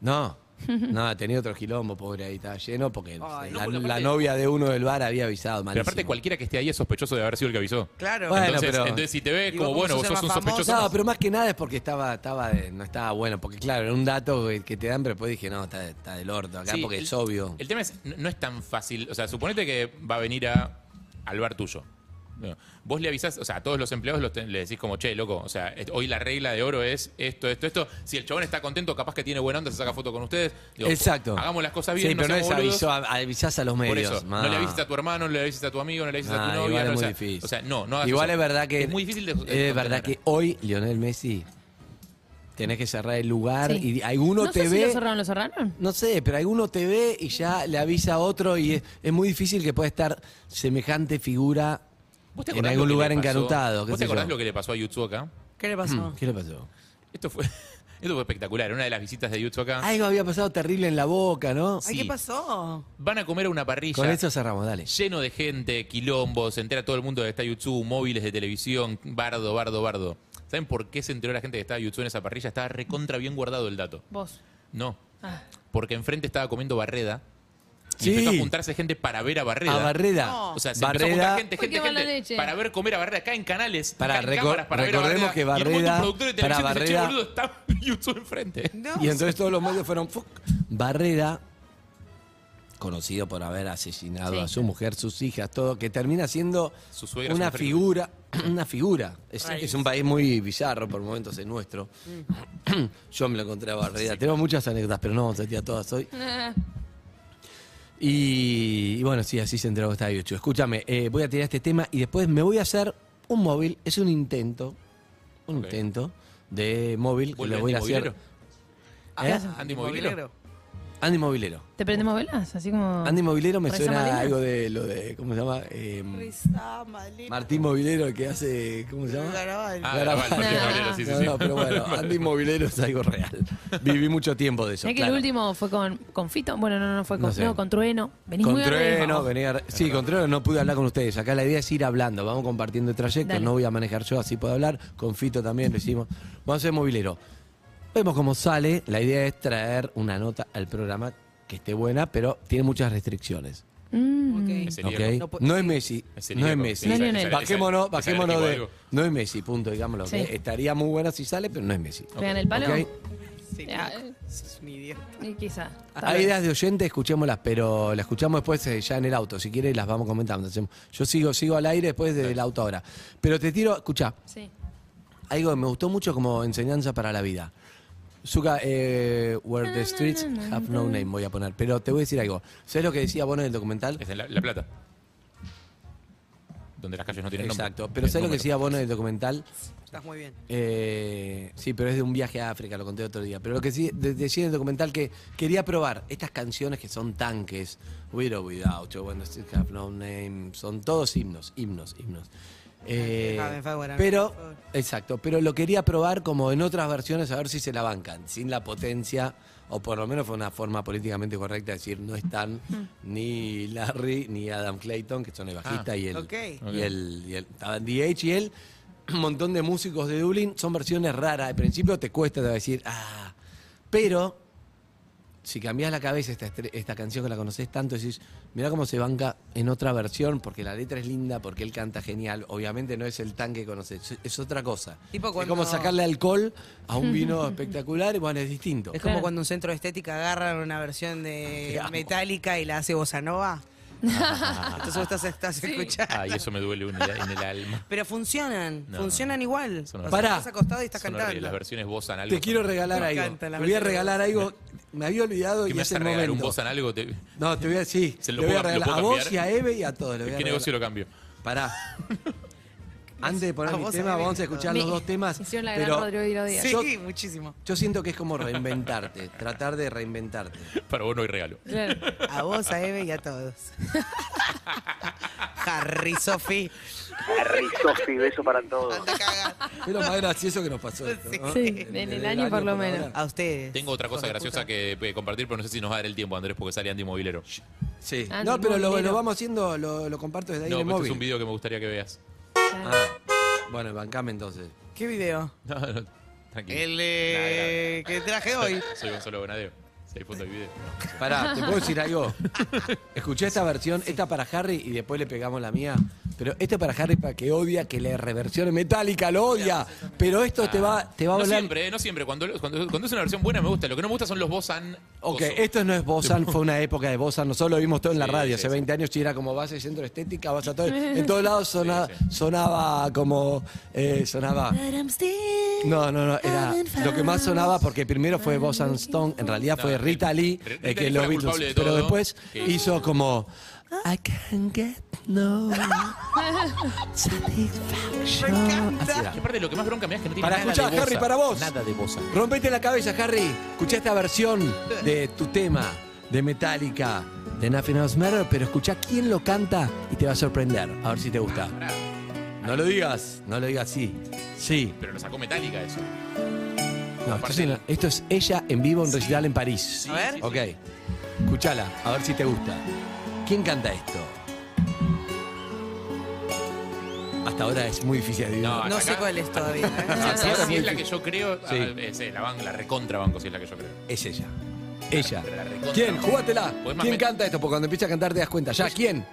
Speaker 3: No, no, tenía otro quilombo, pobre, ahí estaba lleno porque la,
Speaker 4: Ay,
Speaker 6: no, porque
Speaker 3: la
Speaker 6: aparte-
Speaker 3: novia de uno del bar había avisado.
Speaker 6: Pero aparte,
Speaker 3: malísimo.
Speaker 6: cualquiera que esté ahí es sospechoso de haber sido el que avisó.
Speaker 4: Claro.
Speaker 3: Bueno,
Speaker 6: entonces,
Speaker 3: pero-
Speaker 6: entonces, si te ves
Speaker 4: Digo,
Speaker 6: como,
Speaker 4: ¿cómo
Speaker 6: bueno, vos
Speaker 4: se
Speaker 6: sos un
Speaker 4: llama
Speaker 6: sospechoso.
Speaker 4: famosa?
Speaker 3: No,
Speaker 6: más.
Speaker 3: pero más que nada es porque estaba, estaba de- no estaba bueno, porque claro, era un dato que- que te dan, pero después dije, no, está, está del orto acá
Speaker 6: Sí,
Speaker 3: porque
Speaker 6: el-
Speaker 3: es obvio.
Speaker 6: El tema es, no, no es tan fácil. O sea, suponete que va a venir a, al bar tuyo. Bueno, Vos le avisás, o sea, a todos los empleados los ten- le decís como, che, loco, o sea, es- hoy la regla de oro es esto, esto, esto. Si el chabón está contento, capaz que tiene buena onda, se saca foto con ustedes. Digo,
Speaker 3: Exacto.
Speaker 6: Hagamos las cosas bien,
Speaker 3: Sí,
Speaker 6: no
Speaker 3: pero no,
Speaker 6: seamos
Speaker 3: es
Speaker 6: boludos.
Speaker 3: aviso, a- avisás a los medios.
Speaker 6: Por eso, no.
Speaker 3: ma.
Speaker 6: le avises a tu hermano, no le avises a tu amigo, no le avises a
Speaker 3: Ah,
Speaker 6: tu novia.
Speaker 3: igual
Speaker 6: no,
Speaker 3: es
Speaker 6: o
Speaker 3: muy
Speaker 6: sea,
Speaker 3: difícil.
Speaker 6: O sea, no, no hagas
Speaker 3: Igual
Speaker 6: eso.
Speaker 3: es verdad que.
Speaker 6: Es muy difícil de. de
Speaker 3: Es verdad
Speaker 6: contener.
Speaker 3: que hoy Lionel Messi tenés que cerrar el lugar
Speaker 5: Sí.
Speaker 3: y alguno
Speaker 5: no
Speaker 3: te
Speaker 5: sé
Speaker 3: ve.
Speaker 5: si lo cerraron, lo cerraron.
Speaker 3: No sé, pero alguno te ve y ya le avisa a otro y es, es muy difícil que pueda estar semejante figura
Speaker 6: ¿Vos te
Speaker 3: en
Speaker 6: acordás
Speaker 3: algún
Speaker 6: lo que
Speaker 3: lugar
Speaker 6: le pasó-
Speaker 3: encanutado. qué
Speaker 6: ¿Vos te
Speaker 3: sé yo.
Speaker 6: acordás lo que le pasó a Yutsu acá?
Speaker 4: ¿Qué le pasó?
Speaker 3: ¿Qué le pasó?
Speaker 6: Esto fue, esto fue espectacular. en Una de las visitas de Yutsu acá.
Speaker 3: Algo había pasado terrible en la boca, ¿no?
Speaker 4: Ay,
Speaker 6: Ah. sí.
Speaker 4: ¿qué pasó?
Speaker 6: Van a comer a una parrilla.
Speaker 3: Con eso cerramos, dale.
Speaker 6: Lleno de gente, quilombo, se entera todo el mundo de que está YouTube, móviles de televisión, bardo, bardo, bardo. ¿Saben por qué se enteró la gente que estaba YouTube en esa parrilla? Estaba recontra bien guardado el dato.
Speaker 5: Vos.
Speaker 6: No.
Speaker 5: Ah.
Speaker 6: Porque enfrente estaba comiendo Barreda. Y
Speaker 3: Sí.
Speaker 6: empezó a juntarse gente para ver a Barreda.
Speaker 3: A Barreda.
Speaker 4: No.
Speaker 6: O sea, se empezó a
Speaker 3: Barreda.
Speaker 6: juntar gente,
Speaker 5: Uy, qué
Speaker 6: gente,
Speaker 5: mala
Speaker 6: gente,
Speaker 5: leche.
Speaker 6: para ver comer a Barreda acá en canales.
Speaker 3: Pará,
Speaker 6: acá en
Speaker 3: reco-
Speaker 6: cámaras para ver a
Speaker 3: recordemos
Speaker 6: Barreda.
Speaker 3: que
Speaker 6: Y el
Speaker 3: Barreda-
Speaker 6: montón de productores de
Speaker 3: para
Speaker 6: televisión dice, "Che,
Speaker 3: Barreda-
Speaker 6: boludo, está YouTube enfrente.
Speaker 4: No.
Speaker 3: Y entonces todos los medios fueron fuck. Barrera, conocido por haber asesinado
Speaker 5: Sí.
Speaker 3: a su mujer, sus hijas, todo, que termina siendo
Speaker 6: Su suegra es
Speaker 3: una
Speaker 6: una película.
Speaker 3: figura, una figura. Es, es un país muy bizarro por momentos el nuestro.
Speaker 6: Mm.
Speaker 3: Yo me lo encontré a Barrera. Tenemos muchas anécdotas, pero no vamos a tirar todas hoy.
Speaker 5: Eh,
Speaker 3: Y, y bueno, sí, así se enteró que estaba YouTube. Escúchame, eh, voy a tirar este tema y después me voy a hacer un móvil. Es un intento, un
Speaker 6: Ok.
Speaker 3: intento de móvil que
Speaker 6: Vuelve
Speaker 3: lo voy a ¿eh?
Speaker 6: Andy
Speaker 3: hacer.
Speaker 5: Ah,
Speaker 3: ¿Eh?
Speaker 6: Andy
Speaker 4: Movilero.
Speaker 6: Movilero.
Speaker 3: Andy Movilero.
Speaker 5: ¿Te prendemos velas? Así como.
Speaker 3: Andy Movilero me
Speaker 5: ¿Reza
Speaker 3: suena
Speaker 5: Ah. Malena?
Speaker 3: algo de lo de, ¿cómo se llama? Eh, Martín Movilero, el que hace, ¿cómo se llama?
Speaker 4: Garabal.
Speaker 6: Ah, Garabal, Martín
Speaker 5: Ah.
Speaker 6: Movilero, sí, sí,
Speaker 3: No,
Speaker 6: sí.
Speaker 3: no, pero bueno, Andy Movilero es algo real. Viví mucho tiempo de eso.
Speaker 5: Mirá que
Speaker 3: claro.
Speaker 5: el último fue con, con Fito. Bueno, no, no fue con,
Speaker 3: No sé.
Speaker 5: no, con Trueno. Venís
Speaker 3: Con
Speaker 5: muy
Speaker 3: Trueno,
Speaker 5: Trueno,
Speaker 3: venía- Sí, con Trueno no pude hablar con ustedes. Acá la idea es ir hablando. Vamos compartiendo el trayecto.
Speaker 5: Dale.
Speaker 3: No voy a manejar yo, así puedo hablar. Con Fito también lo hicimos. Vamos a ser movilero. Vemos cómo sale. La idea es traer una nota al programa que esté buena, pero tiene muchas restricciones.
Speaker 5: Mm,
Speaker 4: Ok.
Speaker 6: Sería
Speaker 3: ¿ok?
Speaker 4: No
Speaker 3: No,
Speaker 4: puede- sí.
Speaker 3: es Messi.
Speaker 6: Es
Speaker 3: No es
Speaker 6: celíaco,
Speaker 3: Messi.
Speaker 6: sí,
Speaker 5: No es Lionel.
Speaker 6: es-
Speaker 3: Bajémonos,
Speaker 6: es
Speaker 3: bajémonos
Speaker 6: alérgico a
Speaker 3: de.
Speaker 6: algo.
Speaker 3: No es Messi, punto, digámoslo.
Speaker 5: Sí.
Speaker 3: ¿ok? Estaría muy buena si sale, pero no es Messi.
Speaker 5: ¿Pegan el palo?
Speaker 3: ¿ok?
Speaker 4: Sí,
Speaker 5: Ya,
Speaker 4: claro.
Speaker 5: eh,
Speaker 4: Es un idiota.
Speaker 5: y quizá. tal
Speaker 3: Hay
Speaker 5: vez.
Speaker 3: ideas de oyentes, escuchémoslas, pero las escuchamos después eh, ya en el auto. Si quieres, las vamos comentando. Hacemos- Yo sigo, sigo al aire después del auto ahora. Pero te tiro, escuchá,
Speaker 5: Sí.
Speaker 3: algo que me gustó mucho como enseñanza para la vida. Zuka, eh, Where the Streets Have No Name, voy a poner. Pero te voy a decir algo. ¿Sabes lo que decía Bono en el documental?
Speaker 6: Es en la, La Plata. Donde las calles no tienen nombre.
Speaker 3: Exacto. Pero ¿sabes lo que decía Bono en el documental?
Speaker 4: Estás muy bien.
Speaker 3: Eh, sí, pero es de un viaje a África, lo conté otro día. Pero lo que sí, de- decía en el documental que quería probar estas canciones que son tanques, With or Without, You, When the Streets Have No Name, son todos himnos, himnos, himnos. Eh,
Speaker 4: Déjame en favor, amigo,
Speaker 3: pero,
Speaker 4: por favor.
Speaker 3: exacto, pero lo quería probar como en otras versiones a ver si se la bancan, sin la potencia, o por lo menos fue una forma políticamente correcta de decir no están
Speaker 4: Mm.
Speaker 3: ni Larry ni Adam Clayton, que son el bajista y el
Speaker 4: Ah, ok.
Speaker 6: Ok.
Speaker 3: y el, y el- estaban DH y él, un montón de músicos de Dublín, son versiones raras. Al principio te cuesta te va a decir, ah, pero si cambiás la cabeza esta, estre- esta canción que la conocés tanto, decís, mirá cómo se banca en otra versión, porque la letra es linda, porque él canta genial. Obviamente no es el tan que conoces, es- es otra cosa.
Speaker 4: Tipo
Speaker 3: es
Speaker 4: cuando-
Speaker 3: como sacarle alcohol a un vino espectacular y bueno, es distinto.
Speaker 4: Es como cuando un centro de estética agarra una versión
Speaker 3: Te
Speaker 4: de
Speaker 3: amo.
Speaker 4: metálica y la hace bossa nova.
Speaker 3: Ah.
Speaker 4: Entonces vos estás, estás escuchando.
Speaker 6: Ay, eso me duele un- en el alma.
Speaker 4: Pero funcionan,
Speaker 6: No.
Speaker 4: funcionan igual. O
Speaker 6: Son horribles.
Speaker 4: sea,
Speaker 3: Pará.
Speaker 4: Estás acostado y estás
Speaker 6: Son horribles, Las
Speaker 4: cantando.
Speaker 6: versiones vos algo.
Speaker 3: Te quiero regalar
Speaker 4: Me
Speaker 3: algo.
Speaker 4: encanta la
Speaker 3: te voy a
Speaker 4: versión.
Speaker 3: regalar algo. Me había olvidado
Speaker 6: ¿Qué
Speaker 3: y
Speaker 6: me
Speaker 3: es
Speaker 6: hace
Speaker 3: el
Speaker 6: regalar un
Speaker 3: momento.
Speaker 6: vos en algo? Te-
Speaker 3: No, te voy a decir.
Speaker 6: Se
Speaker 3: Sí,
Speaker 6: lo
Speaker 3: le voy
Speaker 6: puedo-
Speaker 3: a
Speaker 6: lo
Speaker 3: regalar
Speaker 6: puedo
Speaker 3: a vos y
Speaker 6: cambiar.
Speaker 3: a Eve y a todos. le voy
Speaker 6: ¿En
Speaker 3: a
Speaker 6: qué
Speaker 3: regalar.
Speaker 6: negocio lo cambio?
Speaker 3: Pará. Antes de poner
Speaker 4: A
Speaker 3: mi
Speaker 4: vos,
Speaker 3: tema,
Speaker 4: Eve.
Speaker 3: vamos a escuchar los
Speaker 5: Me-
Speaker 3: dos temas.
Speaker 5: Hicieron la gran
Speaker 3: Pero
Speaker 5: Rodrigo Di Rodríguez.
Speaker 3: yo-
Speaker 4: Sí, muchísimo.
Speaker 3: yo siento que es como reinventarte, tratar de reinventarte.
Speaker 6: Para vos no hay regalo.
Speaker 4: Eh,
Speaker 5: Claro.
Speaker 4: A vos, a Eve y a todos. Harry Sofi.
Speaker 8: Sofi, beso para todos.
Speaker 4: anda a cagar.
Speaker 3: Es lo más gracioso que nos pasó esto. ¿no?
Speaker 5: Sí, en el año por lo menos.
Speaker 3: ahora.
Speaker 4: A ustedes.
Speaker 6: Tengo otra cosa
Speaker 4: Hijos de
Speaker 6: graciosa
Speaker 4: puta.
Speaker 6: que eh, compartir, pero no sé si nos va a dar el tiempo, Andrés, porque sale Andy Movilero.
Speaker 3: Sí.
Speaker 5: Ah,
Speaker 3: No,
Speaker 5: no,
Speaker 3: pero lo,
Speaker 5: dinero.
Speaker 3: lo vamos haciendo, lo, lo comparto desde ahí
Speaker 6: No,
Speaker 3: en el
Speaker 6: pero este es
Speaker 3: móvil.
Speaker 6: un video que me gustaría que veas.
Speaker 3: Ah, bueno, bancame entonces.
Speaker 4: ¿Qué video?
Speaker 6: No, no, tranquilo.
Speaker 4: El eh, que traje hoy.
Speaker 6: Soy Gonzalo Bonadeo. Si hay foto y video.
Speaker 3: Pará, ¿te puedo decir algo? Escuché esta versión, esta para Harry y después le pegamos la mía. Pero esta para Harry para que odia que le reversión metálica, lo odia. Pero esto te va, te va a
Speaker 6: Ah, no
Speaker 3: volar.
Speaker 6: siempre, eh, no siempre. Cuando, cuando, cuando es una versión buena me gusta. Lo que no me gusta son los Bosan.
Speaker 3: Ok, esto no es Bosan, fue una época de Bosan, nosotros lo vimos todo en la
Speaker 6: Sí,
Speaker 3: radio,
Speaker 6: sí,
Speaker 3: hace
Speaker 6: sí.
Speaker 3: 20 años y era como base centro de estética, vas a todo, en todos lados sona-
Speaker 6: Sí, sí.
Speaker 3: sonaba como, eh, sonaba... No, no, no, era lo que más sonaba porque primero fue Bosan Stone, en realidad fue
Speaker 6: No,
Speaker 3: Rita
Speaker 6: el-
Speaker 3: Lee,
Speaker 6: R-
Speaker 3: eh,
Speaker 6: Rita
Speaker 3: que
Speaker 6: Lee
Speaker 3: lo
Speaker 6: fue la
Speaker 3: Beatles,
Speaker 6: culpable de
Speaker 3: pero
Speaker 6: todo,
Speaker 3: después
Speaker 6: que-
Speaker 3: hizo como... I can't get no satisfaction. Así era.
Speaker 6: Y aparte, lo que más bronca me da es que no tiene
Speaker 3: Para
Speaker 6: nada
Speaker 3: escuchar,
Speaker 6: de bossa,
Speaker 3: Harry, para vos.
Speaker 6: Nada de Bosan.
Speaker 3: Rompete la cabeza, Harry. Escuchá esta versión de tu tema de Metallica de Nothing Else Matter, pero escuchá quién lo canta y te va a sorprender. A ver si te gusta. No lo digas, no lo digas sí. Sí.
Speaker 6: Pero lo sacó Metallica eso.
Speaker 3: No, esto, es, en- esto es ella en vivo en recital en París.
Speaker 4: A ver.
Speaker 3: Ok. Escuchala, a ver si te gusta. ¿Quién canta esto? Hasta ahora es muy difícil adivinar.
Speaker 4: No
Speaker 6: Acá-
Speaker 4: sé cuál es todavía.
Speaker 3: Ah,
Speaker 4: ¿eh?
Speaker 6: Si es, si es la que yo creo,
Speaker 3: Sí.
Speaker 6: ah, eh, sí, la, ban- la recontra banco, si es la que yo creo.
Speaker 3: Es ella. Ella.
Speaker 6: Pero la recontra
Speaker 3: ¿Quién?
Speaker 6: banco.
Speaker 3: Jugátela.
Speaker 6: Pues más
Speaker 3: ¿Quién
Speaker 6: me-
Speaker 3: canta esto? Porque cuando empieza a cantar te das cuenta. ¿Ya? ¿Quién?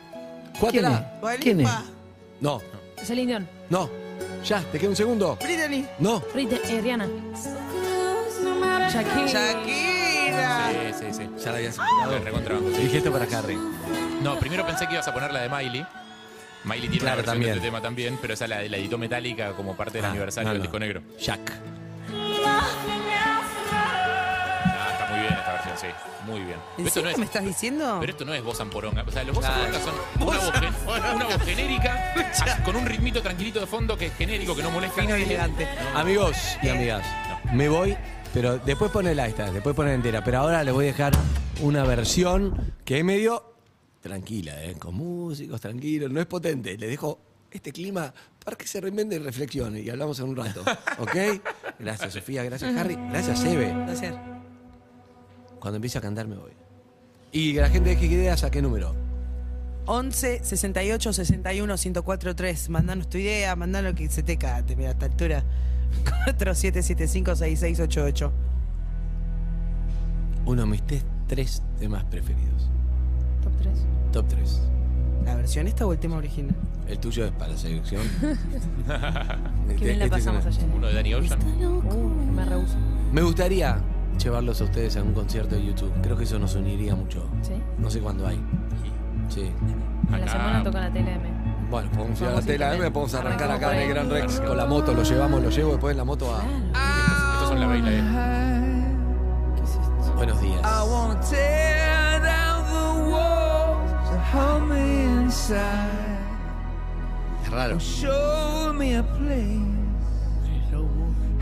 Speaker 3: Jugátela.
Speaker 4: Dua
Speaker 9: ¿Quién es?
Speaker 4: Lipa,
Speaker 3: No,
Speaker 5: Celine Dion.
Speaker 3: no. Ya, te queda un segundo.
Speaker 4: Britney.
Speaker 3: No.
Speaker 5: Rita, eh, Rihanna. Shakira.
Speaker 4: Shakira.
Speaker 6: Sí, sí, sí.
Speaker 3: Ya la habías
Speaker 6: La recontra banco, sí.
Speaker 3: Ah. Dije esto para Harry.
Speaker 6: No, primero pensé que ibas a poner la de Miley. Miley tiene
Speaker 3: Claro,
Speaker 6: una versión
Speaker 3: también.
Speaker 6: de este tema también, pero esa la, la editó Metallica como parte del
Speaker 3: Ah,
Speaker 6: aniversario
Speaker 3: no,
Speaker 6: del
Speaker 3: no.
Speaker 6: disco negro.
Speaker 3: Jack.
Speaker 6: Ah, está muy bien esta versión, sí. Muy bien.
Speaker 4: ¿En
Speaker 6: Esto no
Speaker 4: serio
Speaker 6: es-
Speaker 4: me estás diciendo?
Speaker 6: Pero esto no es Bozan Poronga. O sea, los Bozan Poronga son una voz, gen- una voz genérica, así, con un ritmito tranquilito de fondo que es genérico, que no molesta.
Speaker 4: Fino y
Speaker 6: a nadie.
Speaker 4: elegante.
Speaker 3: Amigos y amigas, me voy, pero después ponela esta, después ponela entera. Pero ahora les voy a dejar una versión que es medio tranquila, ¿eh? con músicos, tranquilos, no es potente. Les dejo este clima para que se reinvente y reflexione y hablamos en un rato, ¿ok? Gracias Sofía, gracias Harry, gracias Eve.
Speaker 4: Gracias.
Speaker 3: Cuando empiece a cantar me voy. Y que la gente deje ideas a qué número.
Speaker 4: 11 68 61 104 3. Mandanos tu idea, mandanos que se te cate, mira, a esta altura. 4775 6688.
Speaker 3: Uno de mis te- tres temas preferidos.
Speaker 5: Top 3.
Speaker 3: Top 3.
Speaker 4: ¿La versión esta o el tema original?
Speaker 3: El tuyo es para selección.
Speaker 5: Qué
Speaker 3: Este-
Speaker 5: bien
Speaker 3: este
Speaker 5: la
Speaker 3: es
Speaker 5: pasamos
Speaker 3: una-
Speaker 5: ayer.
Speaker 6: Uno de Danny Ocean.
Speaker 5: Uh, me rehuso.
Speaker 3: Me gustaría llevarlos a ustedes a un concierto de YouTube. Creo que eso nos uniría mucho.
Speaker 5: ¿Sí?
Speaker 3: No sé cuándo hay. Sí.
Speaker 5: En la
Speaker 6: Acá.
Speaker 5: semana toca la TLM.
Speaker 3: Bueno, podemos ir a la
Speaker 5: Vamos a
Speaker 3: tela,
Speaker 5: ir
Speaker 3: M,
Speaker 5: también.
Speaker 3: podemos arrancar
Speaker 5: Arrancamos
Speaker 3: acá en el
Speaker 5: por
Speaker 3: Gran
Speaker 5: ahí.
Speaker 3: Rex con la moto, lo llevamos, lo llevo después en la moto a
Speaker 6: Estos son la baila de.
Speaker 3: Buenos Días.
Speaker 1: I won't tear down the walls that hold me inside.
Speaker 3: Es raro.
Speaker 1: Show me a place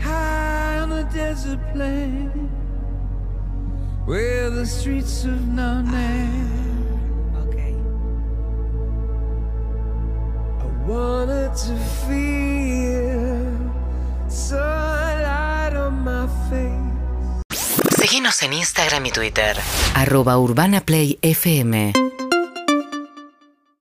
Speaker 1: high on a desert plain where the streets of no name.
Speaker 4: Ok.
Speaker 1: I wanted to feel sunlight on my face.
Speaker 10: Seguinos en Instagram y Twitter.
Speaker 9: Arroba Urbana Play FM